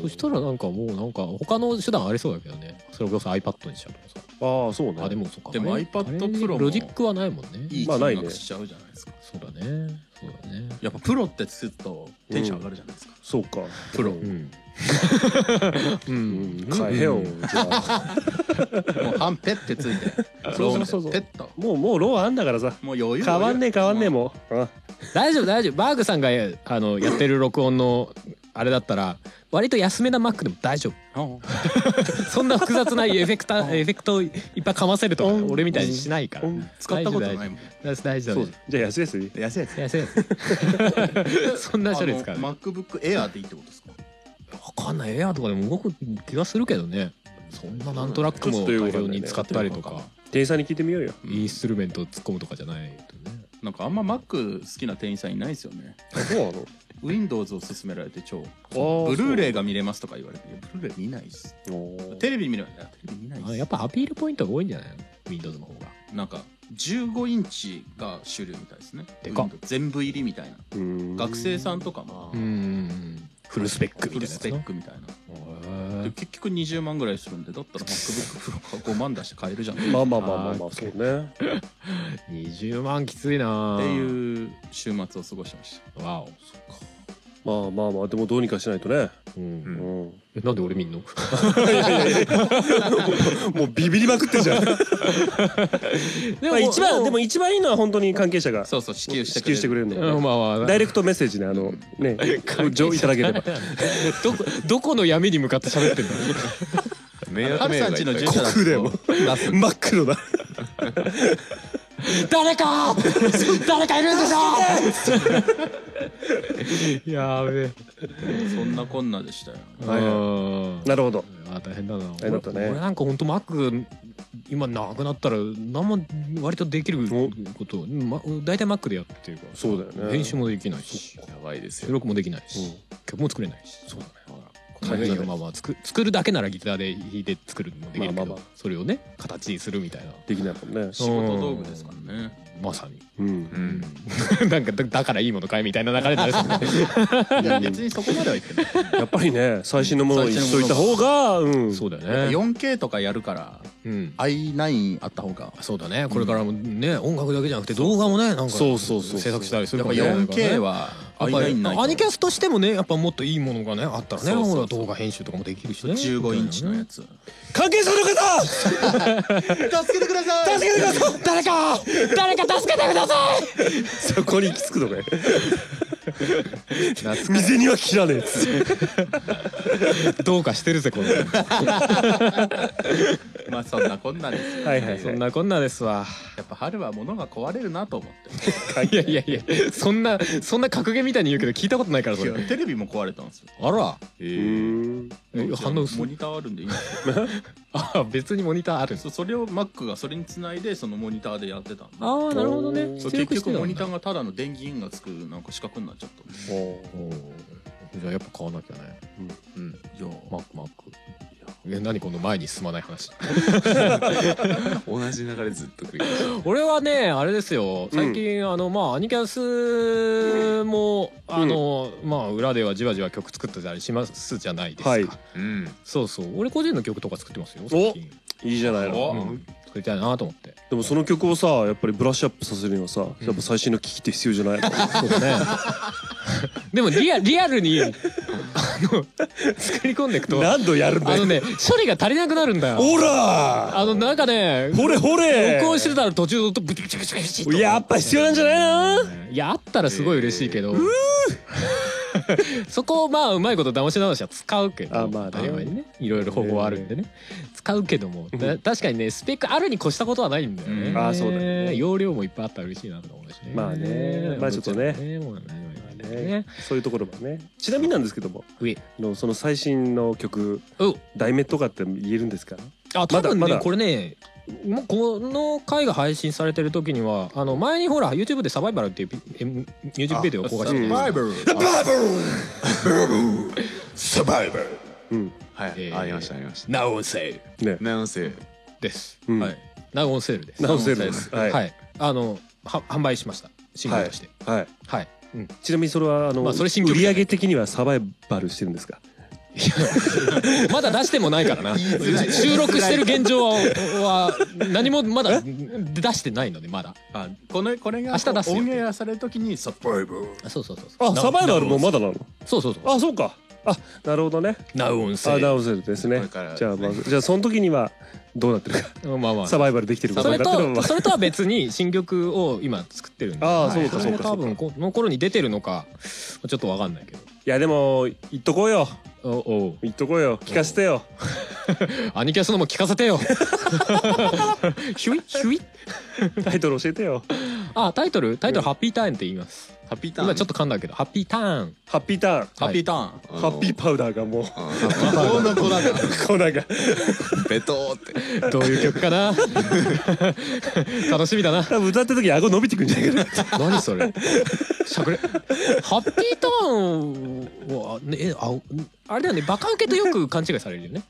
そしたらなんかもうなんか他の手段ありそうだけどねそれこそ iPad にしちゃうとかさ
ああそうね
あでもそっか
でも
あれ
iPad
あれに
Pro も
ロジックはないもんね
いい
まあない
金
ね
額しちゃうじゃないですか、
そうだねそうだね
やっぱプロってつくとテンション上がるじゃないですか、
そうか
プロ
う
うんん <laughs> う
うんん変えようじゃあ
もう半ペってついて
そうそうそうそう
ペッと
<laughs> もうもうローあんだからさ
もう余裕
変わんねえ変わんねえもうあ
大丈夫大丈夫バーグさんがあのやってる録音のあれだったら割と安めな Mac でも大丈夫
うん
そんな複雑なエフェクターエフェクトをいっぱいかませるとか俺みたいにしないから
うん
使ったことないもん
大丈夫大丈
そ
夫
うじゃあ安いですい
安いやつ
いやそうやそんな <laughs> 処理使う
あの MacBook Air でいいってことですか
わかんないエアーとかでも動く気がするけどねそんななんとなくも
ちょっとよくわかん
大
ないね
量に使ったりとか
店員さんに聞いてみようよ
うん
インストゥルメントを突っ込むとかじゃないとね
なんかあんま Mac 好きな店員さんいないですよね
そうなの
Windows を勧められて超
あ
ブ
ー
ルーレイが見れますとか言われていやブルーレイ見ないっすテレビ見るんだテレビ見ないっ
あ
す
やっぱアピールポイントが多いんじゃないの Windows の方が
なんか15インチが主流みたいですね
でかっ
Windows 全部入りみたいな学生さんとかも
うんフルスペックみ
フル
たいなや
ス
つ
ペッ
な
クみたいな
へ
で
ー
結局20万ぐらいするんでだった
<laughs>
ら MacBookPro が5万出して買えるじゃんっ
まあまあまあまあまあそうね
20万きついな
て
う
いう週末を過ごしてまし
わお
まあまあまあでもどうにかしないと <laughs> ね
うん
うんも
えなんで俺見んの <laughs>
うビビりまくってんじゃん <laughs> ま
で
あ一番でも
い
一番いいのは本当に関係者が
たそうそう支給して
支給してくれるの
まあまあ
ダイレクトメッセージねあのねご情い <laughs> ただければ
どこどこの闇に向かって喋ってるの
迷
ハ
惑
ル
メ
さ
ール
ん
が
ち
いっぱ
の
い
住所だと
国
来る
でも
出す
真っ黒
<laughs>
だ
誰か誰かいるんでしょやべえ
<laughs> そんなこんなでしたよ
はい
うん
なるほど
あ大変だな
変だったね
俺俺なんかほんとマック今なくなったら何も割とできることをま大体マックでやってるから
そうだよね
編集もできないし
やばいです
収
よ
録もできないし、曲も作れないしそうだね
大変だね
まあまあ作作るだけならギターで弾いて作るのもできるけど、
まあまあま
それをね形にするみたいな
できないもんね
仕事道具ですからね
まさに
うん
うん
<laughs> なんかだだからいいもの買えみたいな流れになる
いや別にそこまではいってない
やっぱりね最新のものにしといた方がうん
<laughs> そうだよね、
4K とかやるから
うん、
i9 あった方が
そうだねこれからもね、音楽だけじゃなくて動画もねなんか
そうそうそう
制作したりする
やっ
か
ぱ
もね
4K は
やっぱ
i9 ない
アニキャスとしてもねやっぱもっといいものがねあったらね
そうそうそう
ほら動画編集とかもできるしね
15インチのやつ
関係者の方
助けてください
助けてください誰か誰か助けてください
そこに行き着くのかよ水には切らねえっつって
どうかしてるぜこの
まあそんなこんなです
<laughs>
よ
はいはい <laughs>
そんなこんなですわ
やっぱ春は物が壊れるなと思って
いやいやいやそんなそんな格言みたいに言うけど聞いたことないからそれ
いやテレビも壊れたんですよ
あら
え
う
ー
ん
え反応薄い
モニターあるんでいいんですよ
<laughs> あ別にモニターある
そそれを Mac がそれにつないでそのモニターでやってたんで
ああなるほどね
そ
そう
う
出
結
力してた
局
んだ
モニターがただの電気銀がつくなんか四角になっちゃったんです
おーじゃあやっぱ買わなきゃね
うん
いや
マックマックえ何この前に進まない話
同じ流れずっと繰り返し
<laughs> 俺はねあれですよ最近、あのまあアニキャスも、あのまあ裏ではじわじわ曲作ってたりしますじゃないですか、
はい
てうん
そうそう俺個人の曲とか作ってますよ最近、
いいじゃないの
お
うん、作りたいなと思って
でもその曲をさやっぱりブラッシュアップさせるにはさやっぱ最新の機器って必要じゃないの
そうねでも <laughs> リアリアルにあの作り込んでいくとあ
<laughs> 何度やるんだよ
のね処理が足りなくなるんだよ
ほら
あのなんかね
ほれほれ
録音してたら途中でブチブチブチブチと
やっぱ必要なんじゃないの
いやあったらすごい嬉しいけど、そこをまあうまいこと騙し騙しは使うけど
あまあね
当たり前にねいろいろ方法はあるんでね、使うけどもた確かにねスペックあるに越したことはないんだよね、
うん
あそうだよね
容量もいっぱいあったら嬉しいなとか思うしね
まあねまあちょっとね
もうねもうねね
そういうところもねちなみになんですけども
うい
あのその最新の曲
お
題名とかって言えるんですか
あ多分ね、
まだまだ
これねもうこの回が配信されてる時にはあの前にほら YouTube で「サバイバル」っていうピえミュージックビデオを公開してるんです
あ
よ
サ
サバイバル
うん
はい、
えー
ありましたありまし
ナウンセール
ね
たなんせ
です、
うん
はいナウンセールです
直せるです
は、
はいい
あのは販売しましたシングルとして
はい
はい、 <laughs> うん
ちなみにそれはあの
まあそれ新曲
売
じゃない
上的にはサバイバルしてるんですか
まだ出してもないからな
づら
<laughs>
い
収録してる現状は
<laughs>
は何もまだ出してないのでまだ
あこのこれが
明日出すよ
オンエアされるときにサバイバル
あそうそうそうそう
あサバイバルもまだなの
そうそうそう
あそうかあなるほどね
ナウンセ
あ
ー
直せるです
こ
ね
れから
じゃあまずじゃあその時にはどうなってるか
ルまあまあ
サバイバルできてるか
そ
どう
れ
かっていうの
と
は
それとは別に新曲を今作ってるんで
ああ
はい
そうかそ
れも
うか
多分この頃に出てるのかちょっとわかんないけど
いやでも言っとこうよ
おお
言っとこうよ聞かせてよ
アニキャスのも聞かせて
<laughs>
よヒュイヒュイ
タイトル教えてよ
あタイトルタイトル「ハッピーターン」って言います
ハッピーターン
今ちょっと噛んだけど「ハッピーターン
ハッピーターン」
ハッピーターン、
あの
ハッピーパウダーがもう
あーこんな粉が
粉が
ベトーって
ーンどういう曲か
<laughs>
な楽しみだな
多分歌ってる時顎伸びてくんじゃないかな
何それしゃくれハッピーターンはねえああれだよねバカ受けとよく勘違いされるよね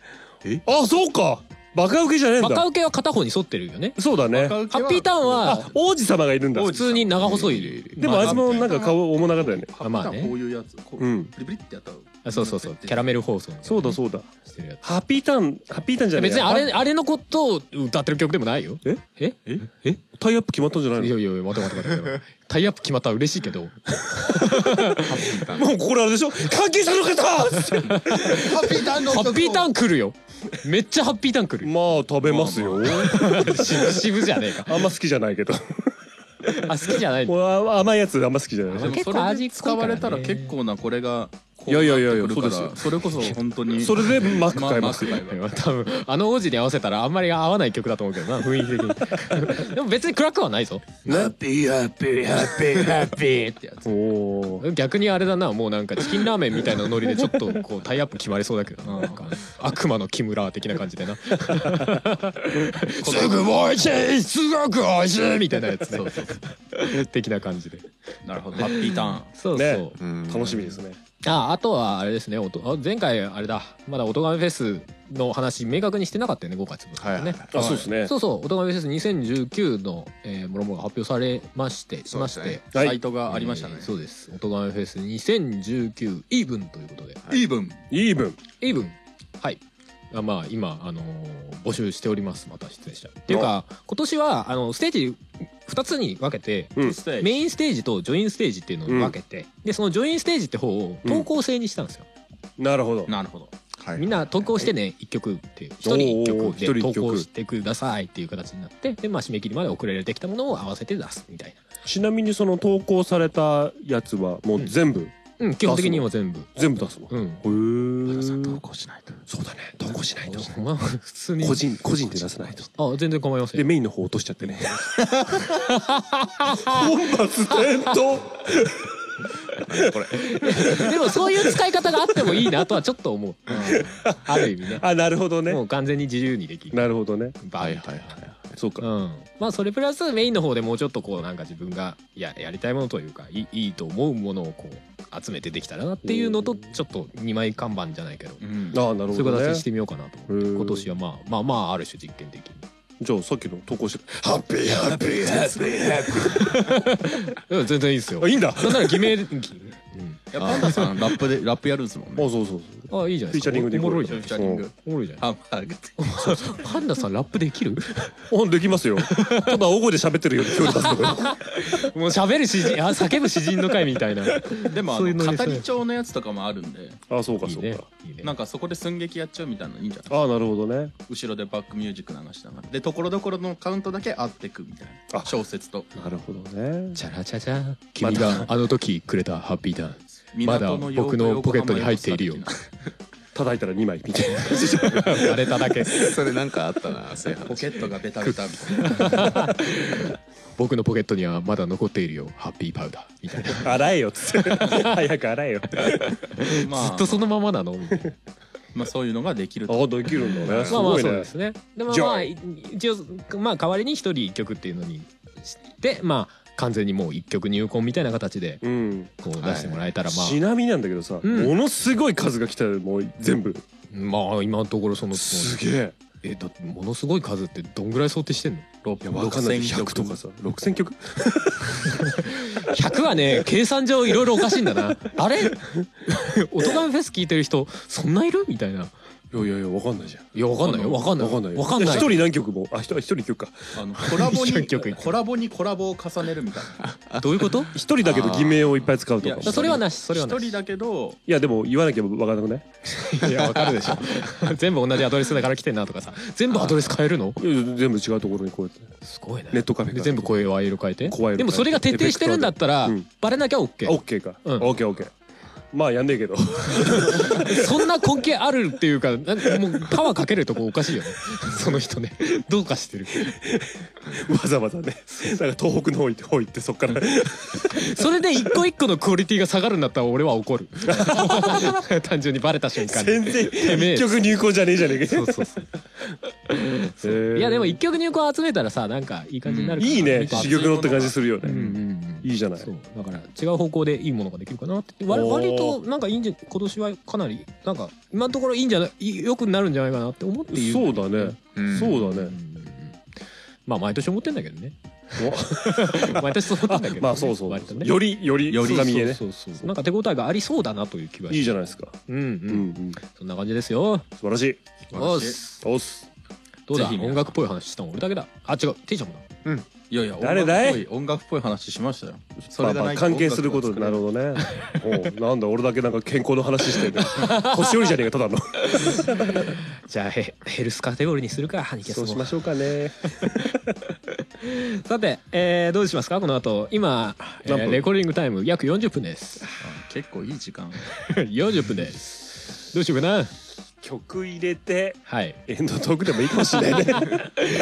あそうかバカ受けじゃねえん
バカ
だ
受けは片方に沿ってるよね
そうだね
バカウケ
ハ
は
ッピーターンは
あ王子様がいるんだ
普通に長細い
でもあいつも
ま
なんか顔面長だよね
ハッピーターン
まあね
こういうやつこう、
うん
ブリブリってやったら
あそうそうそうキャラメル放送みたいな
そうだそうだ
してるやつ
ハッピーターンハッピーターンじゃねえ
別にあれ
や
あれのことを歌ってる曲でもないよ
え
え
タイアップ決まったんじゃない
い
の
やいやいや待て待て待て待てタイアップ決まったら嬉しいけど
もうこれあれでしょ関係者の方っつって
ハッピーターンの
ハ
曲を
ッピーターン来るよめっちゃハッピーターン来る
まあ食べますよ
渋渋じゃねえか
あんま好きじゃないけど
あ好きじゃない
もうあ甘いやつあんま好きじゃない
でも
結構
それで
味濃い
使われたら
からね
結構なこれがこ
いやいやいやい
な
や
ってくるから
そうです
それこそ本当に
それでマック買いますよ
まあマック買いま
多分あの王子に合わせたらあんまり合わない曲だと思うけどな雰囲気的に <laughs> でも別に暗くはないぞ
ね
ビーってやつ
おお
逆にあれだなもうなんかチキンラーメンみたいなノリでちょっとこうタイアップ決まりそうだけどななんか悪魔の木村的な感じでな <laughs> すぐ美味しいすごく美味しいみたいなやつね的な感じで
すなるほどハッピーターン
そうそう、
ね
うん
楽しみですね
ああとはあれですねおとあ前回あれだまだ「おとがめフェス」の話明確にしてなかったよね5月分
はいはいは
ね、
い
あそうですね
そうそう「おとがめフェス2019の」えーもろもろが発表されましてしまし
そうで
て
す
はい
サイトがありましたね
えーそうです「おとがめフェス2019イーブン」ということで
い
イーブン
イーブン
イーブンはいあまあ今、あのー募集しておりますまた出演者っていうか今年はあのステージ2つに分けて
うん
ステー
メ
ジ
インステージとジョインステージっていうのに分けて、でそのジョインステージって方を投稿制にしたんですよ、
なるほど
なるほど
はい
みんな投稿してね1曲って1人1
おー
曲
一人
で
一
投
曲
稿してくださいっていう形になってで、まあ、締め切りまで遅れてきたものを合わせて出すみたい
ちなみにその投稿されたやつはもう全部
な、うん、基本的には全部
全部出すの
うん
へえ
投稿しないと
そうだね投稿しないと
まあ普通に
個人個人で出さないと
あ全然構いません
でメインの方落としちゃってね <laughs> 本末転倒
これ
でもそういう使い方があってもいいなとはちょっと
<laughs>
思う。ある意味ね。
あなるほど
も
ね
う完全に自由にできる。
なるほどね
場合
はいはいはい
そうか
うん、まあそれプラスメインの方でもうちょっとこうなんか自分がややりたいものというかいいいと思うものをこう集めてできたらなっていうのとちょっと二枚看板じゃないけど、
うん
ああなる
そうい
ほ
う
ど
形
ね
にしてみようかなと思って
へー
今年はまあまあまあある種実験的に
じゃあさっきの投稿して
ハッピーハッピーハッピーハッピ
うん全然いいですよ
あいいんだあ
なんなら偽名、偽
いやパンダさんラップでラップやるんですもんね
そうそうそう
うん、あいいじゃない
フ
ですか
ィーチャリングで
おもろいじゃ
フ
な
ューチャ
いですか
リング
おもろいじゃな
ハ
い
ンバーグ
パンダさんラップで
<laughs>
きる
うんできます <laughs> よただ大声で喋ってるように聞こえますけ <laughs> ど
もう喋る詩人あ叫ぶ詩人の会みたい
<laughs>
な
でもあ
そういうノ
の
リです
語
ね
り調のやつとかもあるんで
あそうか
いい
そう
ね
か。
いいね
なんかそこで寸劇やっちゃうみたいなのいいんじゃない
ああなるほどね
後ろでバックミュージック流しながらでところどころのカウントだけ合ってくみたいな
あ
小説と
なるほどね
チャラチャチャ君があの時くれたハッピーターン
<laughs>
まだ僕のポケットに入っているよ
叩いたら2枚みたいな
あれただけ
ーそれなんかあったな正
ポ
反
ケットがベタベタみたいな
僕のポケットにはまだ残っているよハッピーパウダーみたいな
<laughs> 洗えよっつって早く洗えよって
まあ
<laughs> ずっとそのままなのみたいな
まあそういうのができると
あできるんだねす
まあま
ご
あ
い
そうで
ね
すねでも
じゃあ
まあい一応まあ代わりに一人一曲っていうのにしてまあ完全にもう一曲入魂みたいな形で
うん
こう出してもらえたらまあ、
ちなみになんだけどさ
うん
ものすごい数が来たよもう全部
まあ今のところその
すげえ
えだってものすごい数ってどんぐらい想定してんの
いやわかんない100とかさ6000曲
100はね <laughs> 計算上いろいろおかしいんだなあれ音ガンフェス聞いてる人そんないるみたいない
やいやいやわかんないじゃん
いやわかんないよわかんない
わかんないよ
わかんない
一人何曲もあ一人一人一曲か
あのコラボ
一曲
に
一曲
コラボにコラボを重ねるみたいな
どういうこと
一人だけど偽名をいっぱい使うと
あ
か
ーいや
それはなしそれはな
一
し
人だけど
いやでも言わなきゃわかんなくない
いやわかる <laughs> でしょ全部同じアドレスだから来てんなとかさ全部アドレス変えるの
いや全部違うところにこうやって
すごいね
ネットカフェか
で
ら
全部声を色変えて
声色変えて
でもそれが徹底してるんだったら、
うん
バレなきゃ OK
オッケーか
うん
オッケーオッケーまあやんねえけど <laughs>
そんな根拠あるっていうかなんかもうパワーかけるとこおかしいよね <laughs> その人ねどうかしてる
わざわざねなんか東北の方行って方行ってそっから
それで一個一個のクオリティが下がるんだったら俺は
<laughs>
怒る単純にバレた瞬間
全
に
然
てめえ
一曲入稿じゃねえじゃねえか
そうそうそう
そう
い
<laughs>
やでも一曲入魂集めたらさなんかいい感じになるから、
いいね
見て
珠玉のって感じするよ
うんうん
ね
うん
いいじゃない
そうだから違う方向でいいものができるかなって割
おー
割となんかいいんじゃ今年はかなりなんか今のところいいんじゃないよくなるんじゃないかなって思っている
そうだねそうだ
ん
う
ね
んうんうんまあ毎年思ってんだけど
<laughs>
ね毎年そう思ってんだけどね、
まあそうそう
割とね
よりより
より
深みへね
そうそうそうなんか手応えがありそうだなという気がして
いいじゃないですか
うんう、
うんん
そんな感じですよ。
素晴らしい
お
晴ら
っす
おっす
どうだ
ぜひ皆さん
音楽っぽい話したの俺だけだ。あ、違う。テイちゃんもだ。
いやいや
誰だい
音楽っぽ音楽っぽい話しましたよそ
まあ
れが
ま
な
あ
い
関係することなるほどねおうなんだ俺だけなんか健康の話して <laughs> る年寄りじゃねえかただの
じゃあヘヘルスカテゴリーにするか、ハニキャスも。
しょうかね
さて、えーどうしますかこの後。今、えー
何分
レコーディングタイム約40分
<laughs>
です。
結構いい時間
40分です。どうしようかな
曲入れて
はい。
エンドトークでもいいかもしれないね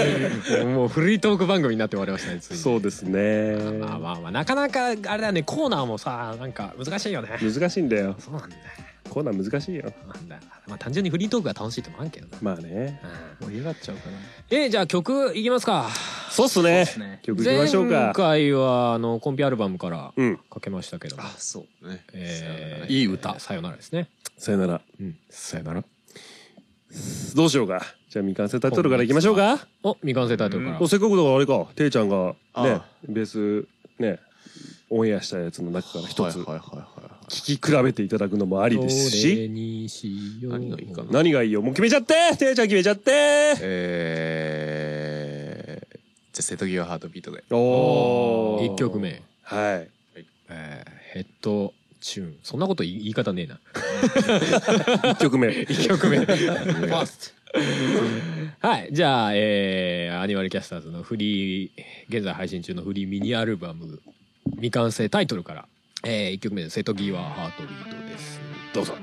<laughs>
もうフリートーク番組になって終わりましたね、ついに。
そうですね
まあまあまあ、なかなか、あれだね、コーナーもさ、なんか難しいよね。
難しいんだよ
そうなんだよ。
コーナー難しいよ
なんだ。まあ単純にフリートークが楽しいってのもあるけどな。
まあね
うん
盛り上がっちゃうかな
えーじゃあ曲いきますか。
そうっすね
すね
曲いきましょうか
前回はあのコンピアルバムから
うん
かけましたけども、
あそうね、
えー
いい歌
さよならですね。
さよなら
うん、さよなら。
どうしようかじゃあ未完成タイトルからいきましょうか
お、未完成タイトルから。
もうせっかくだからあれかていちゃんがね
あ
ベースねオンエアしたやつの中から一つ
はいはいはいはいはい
聞き比べていただくのもありです
ど
し
れにしよう
何がいいかな
何がいいよもう決めちゃってていちゃん決めちゃって
えー、じゃあ瀬戸際ハートビートで
おー
一曲目、
はい
えーヘッドチューン。そんなこと言い言い方ねえな。
一曲目
一曲 <laughs> 目。はい、じゃあ、えーアニマルキャスターズのフリー、現在配信中のフリーミニアルバム、未完成タイトルから、えー、1曲目です。瀬戸際ハートビートです。
どうぞ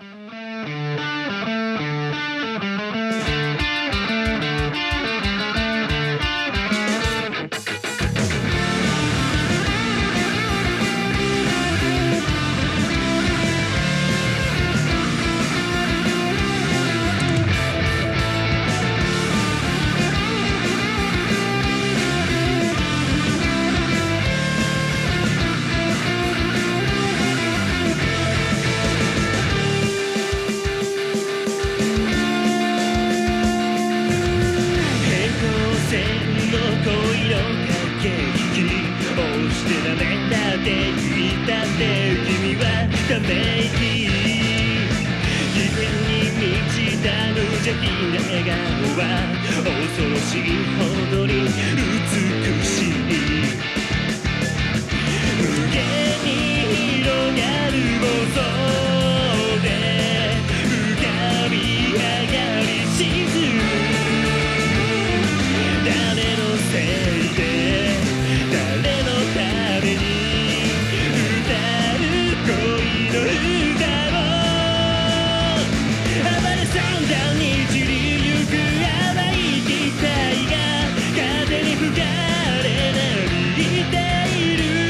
平行線の恋の駆け引き押してダメだって言ったって君はため息自分に満ちた無邪気な笑顔は恐ろしいほどに美しい無限に広がる妄想で浮かび上がり沈む誰のせいで誰のために歌う恋の歌を暴れ三段に散りゆく淡い期待が風に吹かれなびいて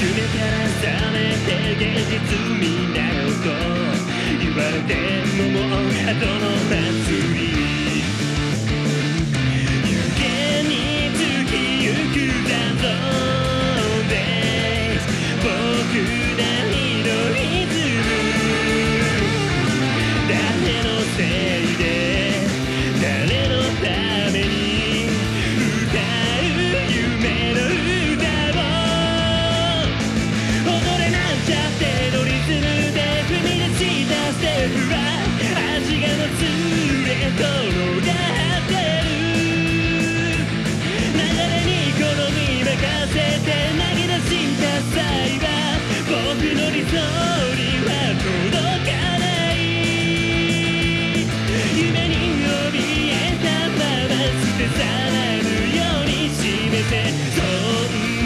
夢から覚めて現実見なよと言われてももう後の祭り「湯気につきゆくだぞで僕らのリズム」「誰のせいで誰のために歌う夢の歌を」「踊れなんちゃってのリズムで踏み出したステップは」「足がもつれ転がってる」「流れに好み任せて投げ出した際は」「僕の理想には届かない」「夢に怯えたまま捨て去らぬように示せ」「存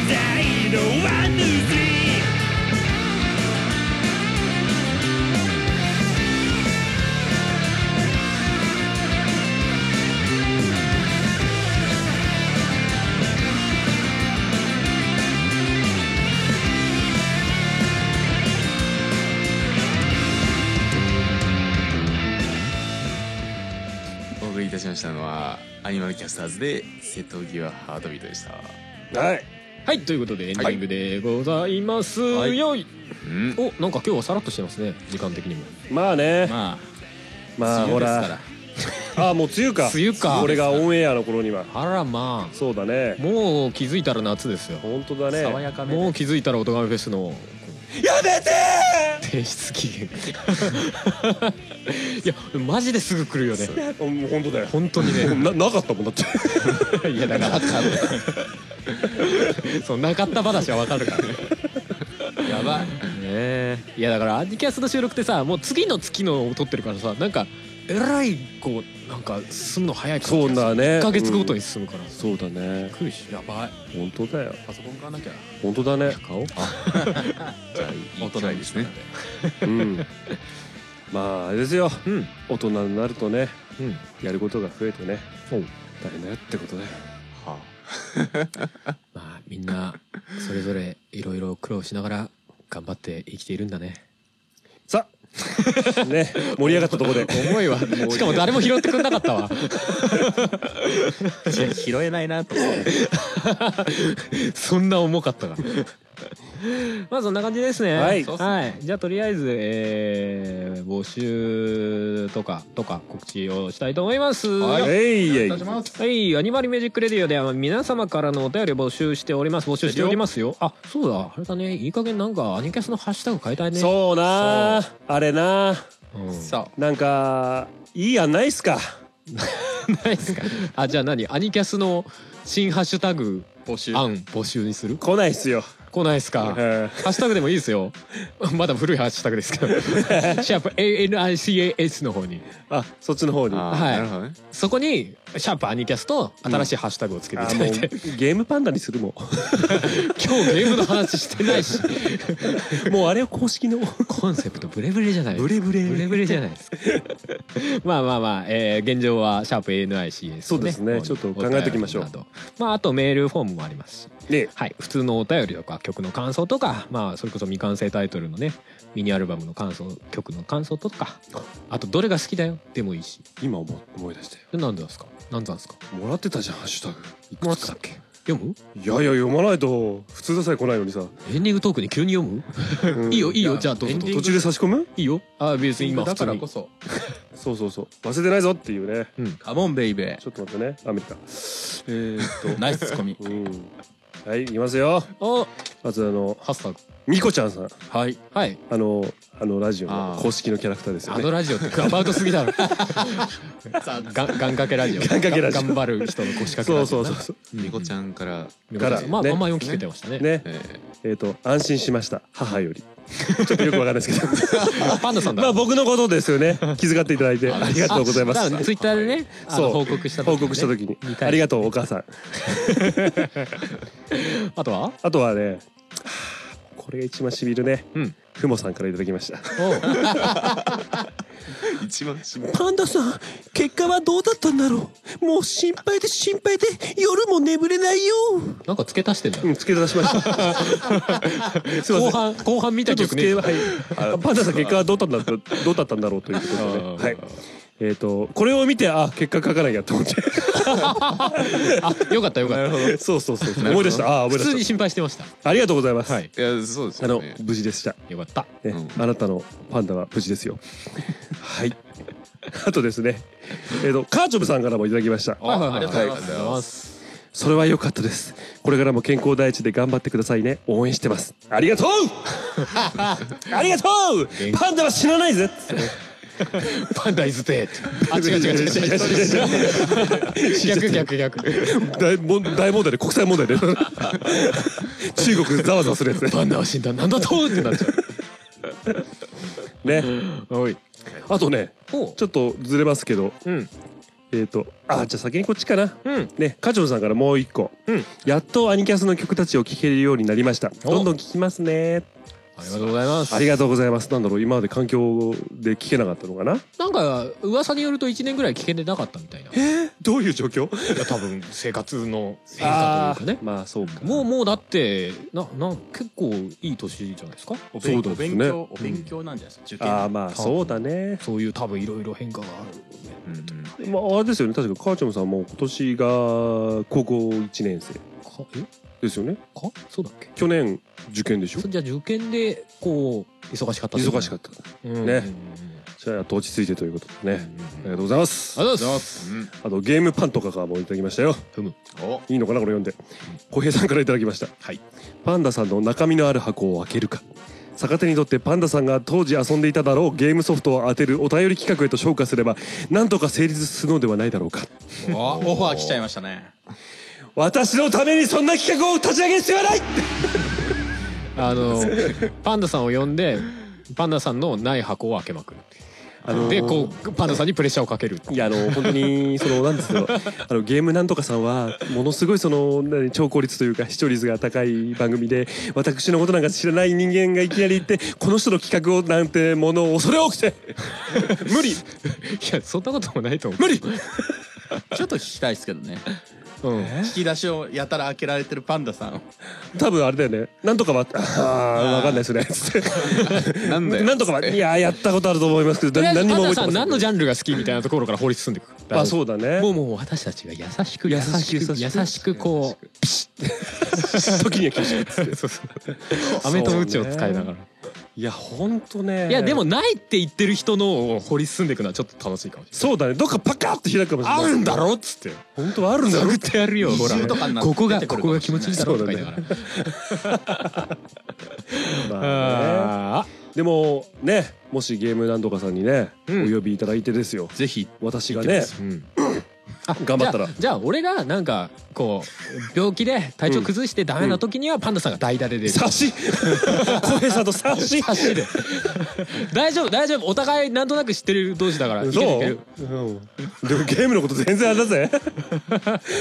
在のワン・ツー・スリー」
お送りいたしましたのはアニマルキャスターズで瀬戸際ハートビートでした
はい
はいということでエンディングでございます
はい
よい
うん
おなんか今日はさらっとしてますね時間的にも
まあね
まあ
まあ
梅雨
ほ
です
らああもう梅雨か
梅雨か
俺がオンエアの頃には
あらま
そうだ
あ
ね
もう気づいたら夏ですよ
本当だ
から爽
ね
やかめで
もう気づいたら「おとがめフェス」の
やめて
提出期限 <laughs> いやマジですぐ来るよね
ーもう本当だよ
本当にね
<laughs> ななかったもんだって
いやだから <laughs> そうなかった話はわかるからね
やばい
ねえいやだからアンディキャストの収録ってさもう次の月のを撮ってるからさなんかえらいこうなんか進むの早い感じがする
そうだね
1ヶ月ごとに進むから、び
そうだね
っくりしやばい
本当だよ
パソコン買わなきゃ
本当だね
顔
じゃあいい機会ですね
うんまああれですよ
うん
大人になるとね
うん
やることが増えてね
おう
大変だよってことだよ
は
まあみんなそれぞれいろいろ苦労しながら頑張って生きているんだね
さあ <laughs> ね盛り上がったとこで
重いわ <laughs> しかも誰も拾ってくんなかったわ
<laughs> いや拾えないなと思って
<laughs> そんな重
<laughs>
かったからまあそんな感じですね
はい
はい、じゃあとりあえず、えー募集とかとか告知をしたいと思います
は
えいえい
します
はい、アニマルミュージックレディオでは皆様からのお便りを募集しております。募集しておりますよ。あ、そうだ、あれだね。いい加減なんかアニキャスのハッシュタグ変えたいね。
そうなーあれなー
うん。
さ
なんかいい案ないっすか
<laughs> ないですか。あ、じゃあ何アニキャスの新ハッシュタグ
あ募集
案募集にする
来ないっすよ
来ないですか。ハ
うん
ッシュタグでもいいですよ。 <laughs> まだ古いハッシュタグ
<laughs>
ですけど。シャープ ANICAS の方に。
あそっちの方に
あ
あ
あ、
はい
なるほどね
そこに、シャープアニキャスと新しいハッシュタグをつけていた
も
だ
う
いて。
ゲームパンダにするも <laughs>
今日ゲームの話してないし。
んもうあれを公式の
コンセプトブレブレじゃないですか。ブレブレ。ブレブレじゃない
<laughs>
ですか。まあまあまあ、えー現状はシャープ ANIC ですね。
そうですね
も
ちょっと考えておきましょう
お便りなどまああとメールフォームもありますし。
ね
はい、普通のお便りとか曲の感想とか、まあ、それこそ未完成タイトルのねミニアルバムの感想曲の感想とかあとどれが好きだよでもいいし
今思思い出して
何でなんですか何でなんですか
もらってたじゃんハッシュタグ
もらってたっけ読む
いやいや読まないと普通でさえ来ないの <laughs> にさ、
エンディングトークに急に読む、いいよいいよじゃあどうぞ
エンディン
途中で差し込む
いいよあ別に今普
だ
通
から
に
こそ
そうそうそう忘れてないぞっていうね
カモンベイベ
ちょっと待ってねアメリカ
ーえーっとナイスツッコミ
うんはいいきますよ
あ
まずあの
ハッサー
ミコちゃんさん
はい
はい
あのあのラジオの
あー
公式のキャラクターですよ
あ
ね
のラジオってガバウトすぎだ
<laughs>
ろ
さ
がん願掛けラジオ
願掛けラジオ
頑張る人の腰掛け
そ
ラ
う
ジ
そ
オ
う
な
そうそ
みこちゃんから、
みこちゃん
から
まあ
ね
まあまあよく聞けてましたね
うね
え
えっ、と安心しました母よりちょっとよくわかんないですけど
あパンダさんだ
まあ僕のことですよね気遣っていただいてありがとうございます
ツイッターでねあ
そ
の
う
報告した時にね
報告した時に
見たい
ありがとうお母さん
あとは
あとはねこれが一番しびるね
うん
ふもさんからいただきました
おう
一番心配
パンダさん結果はどうだったんだろうもう心配で心配で夜も眠れないよ
なんか付け足してんだ
うん付け出しました <laughs> すいません
後半後半見た
ちょっと
曲
付け
ね
ははいパンダさん結果はどうだったんだろうどうだったんだろうということでね、
あー
はいえー、とこれを見てあ結果書かなきゃと思って
あよかった
<laughs>
よかった
そうそうそう
ど
思い出したああ思い
普
出
通に
し
心配してました
たありがとうございます、
はい
いやそうです
あの
よね
無事でした、
よかった
ね
う
あなたのパンダは無事ですよはいあとですねえっ、とカーチョブさんからもいただきました
はいはいはい
ありがとうございます
ありがとうございます
それは良かったですこれからも健康第一で頑張ってくださいね応援してますありがとう <laughs> ありがとうパンダは死なないぜ
パンダイズデー
<laughs>
ってあ違う違う違う違う逆逆逆
大問大問題で国際問題で中国ざわざわするやつね
パンダは死んだなんだとってなっちゃ
ね
うはい
あとね
お
ちょっとずれますけど
うん
えっ、とあじゃあ先にこっちかな
うん
ね課長さんからもう一個、
うん
やっとアニキャスの曲たちを聴けるようになりました
お
どんどん聴きますね
ありがとうございます
ありがとうございますなんだろう今まで環境で聴けなかったのかな
なんか噂によると1年ぐらい危険でなかったみたいな
どういう状況
いや多分生活の変化というかね
まあそうか
もうもうだってなな結構いい年じゃないですか
お勉
そう
お
ですね
勉強お勉強なんじゃないですか受験
ああまあそうだね
そういう多分いろいろ変化がある
んうん
まああれですよね確かカーチョムさんも今年が高校1年生
かえ
ですよね
かそうだっけ
去年受験でしょ
それじゃあ受験でこう忙しかったってこと
忙しかった
うんうんうん
ね
あり
じゃあやっと落ち着いてということでねありがとうございます
がとうございます
あとゲームパンとかからもいただきましたよ
ふむ
お
いいのかなこれ読んで小平さんからいただきました
はい
パンダさんの中身のある箱を開けるか逆手にとってパンダさんが当時遊んでいただろうゲームソフトを当てるお便り企画へと昇華すればなんとか成立するのではないだろうか
オファー来ちゃいましたね
私のためにそんな企画を立ち上げる必要はない
あ
<laughs>
のパンダさんを呼んでパンダさんのない箱を開けまくる
あのー
でこうパンダさんにプレッシャーをかける
いやあの本当にそのなんですよ <laughs> あのゲームなんとかさんはものすごいその何超効率というか視聴率が高い番組で私のことなんか知らない人間がいきなり言ってこの人の企画をなんてものを恐れ多く <laughs> て無理
<laughs> いやそんなこともないと思
無理
ちょっと聞きたいですけどね
う、うん、
引き出しをやたら開けられてるパンダさんを
多分あれだよねなんとかはああ分かんないですねつって
なんだ
<laughs>
よ
なんとかはいややったことあると思いますけど
とりあえず
何
パ
に
ン
も覚
ダさん
えてませ
何
ん
のジャンルが好きみたいなところから法律進んでいく
あそうだね
もうもう私たちが優しく
優
優
し
し
く
く優
優
し
し
く
く
こう
時には厳しい
そうそう飴とムチを使いながら、
<laughs> いやほんとね
いやでもないって言ってる人のを掘り進んでいくのはちょっと楽しいかもし
そうだねどっかパカッと開くかもし
れ
れな
ないいあるんだろっつって
本当はあるんだろ
探ってやるよほら
二重とかになって
ここ
出
が
てく
こ
る
こが気持ちいいだろうとか言いながら、
まあね
あ
でもねもしゲームなんとかさんにね、
うん
お呼びいただいてですよ
ぜひ
私がね
ー、うん、
頑張った
じゃ
ら
あじゃあ俺がなんかこう病気で体調崩してダメな時にはパンダさんが代打で出る、
差し <laughs> 小平さんと差し
差しで大丈夫大丈夫お互いなんとなく知ってる同士だからいけるいける
そう、うんでもゲームのこと全然あれ
<laughs>
だぜ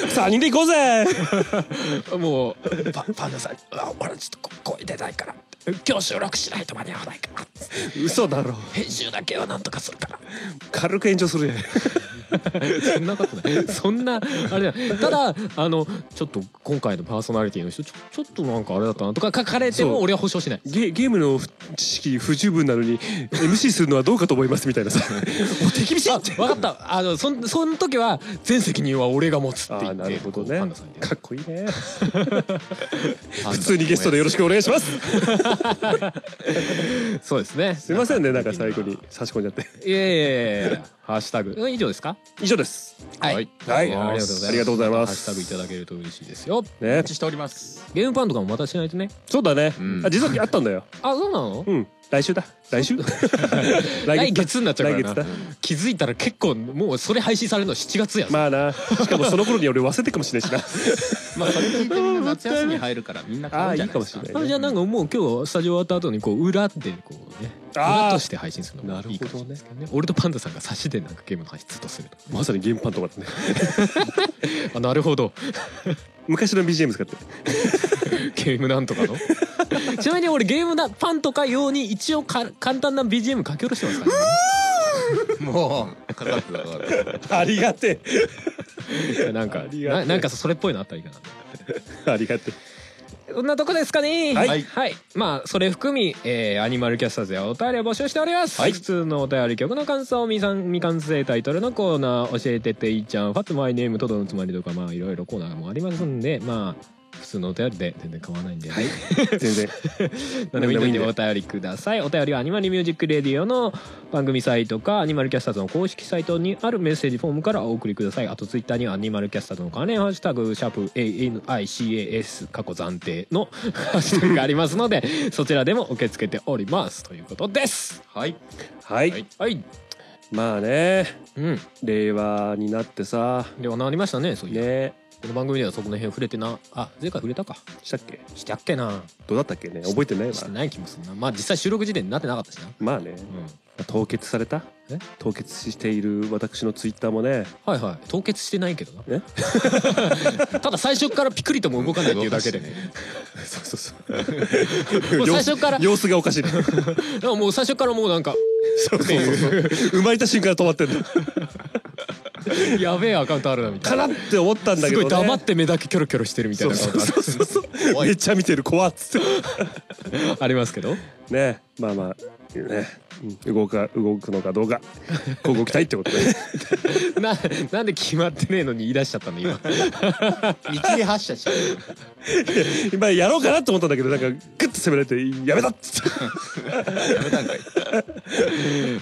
三人で行こうぜ
もうパパンダさん「うわ俺ちょっとこ声出ないから今日収録しないと間に合わないから
嘘だろ
編集だけはなんとかするから」
軽く炎上するやん
そんなことないそんなあれだただあのちょっと今回のパーソナリティの人ちょちょっとなんかあれだったなとか書かれて
そ
も
う
俺は保証しない
ゲゲームの知識不十分なのに MC するのはどうかと思いますみたい
<laughs>
なさもう手厳しい
あ分かったあのそんその時は全責任は俺が持つって
あ
言っ
ー
て
なるほど
こう
ね
パンダさんに
かっこいいね <laughs> 普通にゲストでよろしくお願いします
そうですね
すいませんねなんか最後に差し込んじゃって
いやいやいやいやハッシュタグうん以上ですか
以上です
はい、
はい
ありがとうございます
ありがとうござい
ハ
ま
ッシュタグい
す
ただけると嬉しいですよ
ね
お待ちしております
ゲームパンとかもまたしないとね
そうだね
うん
あ実はあったんだよ
あそうなの
うん来週だ来週
来
<laughs> 来だ
月になっちゃうからな
来月だ
気づいたら結構もうそれ配信されるの7月やぞ
まあなしかもその頃に俺忘れてるかもしれないしな
まあそれ聞いてみんな夏休み入るからみんな買
あ
う
あ
ん
い
じゃ
い
ない
か
で
も
す
し
か
れ
あ
な
の
い
じ
ね
ゃあなんかもう今日スタジオ終わった後にこう裏でこうね
あー
裏として配信するのも
<laughs> なる
い
ほどね
いかもしれないですけどね俺とパンダさんが差しでなんかゲームの話ずっとすると
まさにゲームパンとかだね
あなるほど
昔の BGM 使って
ゲームなんと
<laughs>
かのちなみに俺ゲームなパンとか用に一応か簡単な BGM 書き下ろしてますからねも
カザックだから。
ありがて
うなんか
ありがとう
ななんかそれっぽいのあったらいいかな
え <laughs> ありがて
そんなとこですかね
はい
はい、まあそれ含み、えーアニマルキャスターズやお便りを募集しております、
はい
普通のお便り曲の感想未さん未完成タイトルのコーナー教えてていちゃんファッツマイネームとどのつまりとかまあいろいろコーナーもありますんでまあ普通のお便りで全然構わないんで、
え全然
何でもいいんで
何でもいい
お便りくださいお便りはアニマルミュージックレディオの番組サイトかアニマルキャスターズの公式サイトにあるメッセージフォームからお送りくださいあとツイッターにはアニマルキャスターズの関連ハッシュタグシャープ ANICAS 過去暫定の <laughs> ハッシュタグがありますのでそちらでも受け付けておりますということですはい
はい、
はい、はい、
まあね
うん
令和になってさ
ではなりましたねそういう、
ね
この番組ではそこの辺触れてなあ前回触れたか
したっけ
してやっけな
どうだったっけね覚えてないわ
してない気もするなまあ実際収録時点になってなかったしな
まあね
うん
凍結された
え
凍結している私のツイッターもね
はいはい凍結してないけど
え
な <laughs> ただ最初からピクリとも動かないっていうだけ <laughs>
<laughs>
で
そうそうそう
もう最初から
様子が
<laughs>
おかしいね
でももう最初からもう
<laughs>
なんか
そうそうそう生まれた瞬間止まってんだ
やべえアカウントあるなみた
か
いな
なって思ったんだ
す
け
ご
ど、
い
ね、
黙って目だけキョロキョロしてるみたい
そ
なアカ
う
ウントあ
そうそうそうそうめっちゃ見てる怖っつっ
るありますけど
てねまあまあねうん動か動くのかどうかこう動きたいってこ
<laughs>
とね
ななんで決まってねえのに言い出しちゃったの今
道で発射しちゃう
<laughs> 今やろうかなと思ったんだけどなんかグッと攻められてやめたっつって
やめたんかい。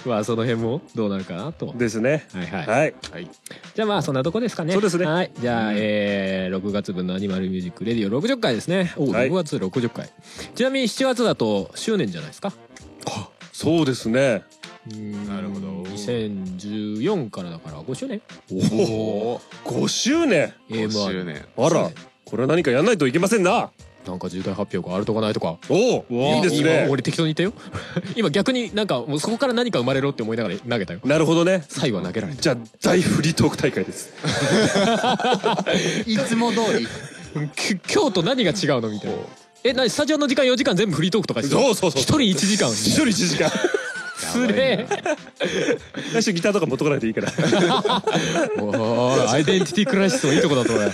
まあその辺もどうなるかなと
ですね
はいはい、
はい
じゃあまあそんなとこですかね
そうですね
はいじゃあ、えー、6月分のアニマルミュージックレディオ60回ですねおお
はい
6月60回、ちなみに7月だと周年じゃないですか
そうですね
なるほど2014からだから5周年
おお。
5周年
5周年。
あらこれは何かやんないといけませんな
なんか重大発表があるとかないとか
おおいいです
今
ね
俺適当に言ったよ <laughs> 今逆になんかもうそこから何か生まれろって思いながら投げたよ
なるほどね
サイは投げられた
じゃあ大フリートーク大会です
いつも通り
き今日と何が違うのみたいなえ何スタジオの時間4時間全部フリートークとかしてる
そうそうそう
一人1時間
一人1時間
すれ
来週ギターとか持ってこないといい <laughs> から
えおーアイデンティティクライシスもいいとこだと俺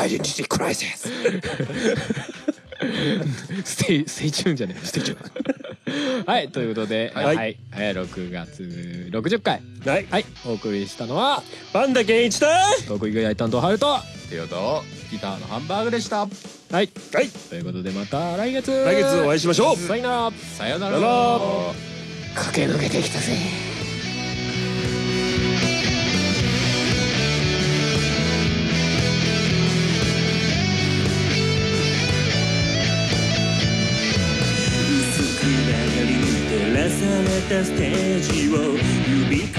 アイデンティティクライシス
ステイステイチューンじゃねえステイチューンはいということでは、
はいい
はい6月60回
はい
はいお送りしたのは
パンダケンイチと
得意ぐらい担当ハルト
手をど
ギターのハンバーグでした
はい
はい
ということでまた来月
来月お会いしましょう
さよなら
さよな
さよなら
駆け抜けてきたぜ
薄く流れ照らされたステージを指くわ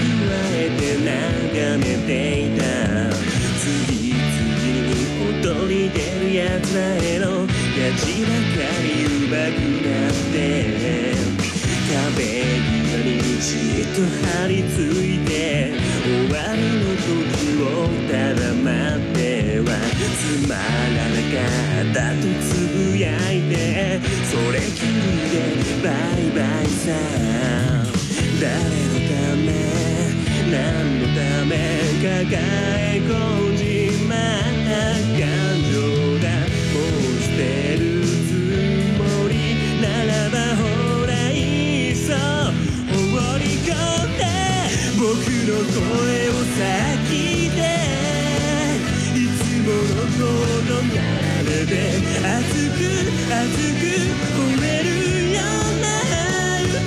えて眺めていた次々に踊り出る奴らへのやじばかりうまくなって壁際にじっと張り付いて終わりの時をただ待ってはつまらなかったとつぶやいてそれきりでバイバイさ誰のため何のため抱え込んじまった感情がもう捨てるつもりならばほらいっそ放り込んで僕の声を先でいつものこの流れで熱く熱く吠えるような歌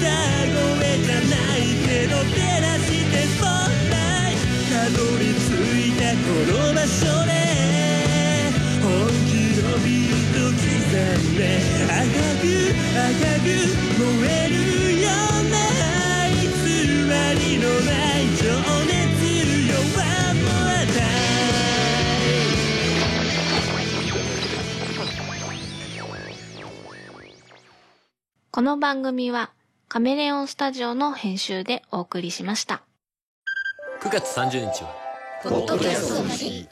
声じゃないけど照らしてスポッライトたどり着いたこの場所で本気のビート刻んで赤く赤く燃えるような偽りのない情熱よ One more time
この番組はカメレオンスタジオの編集でお送りしました。
9月30日はポッドキャストの日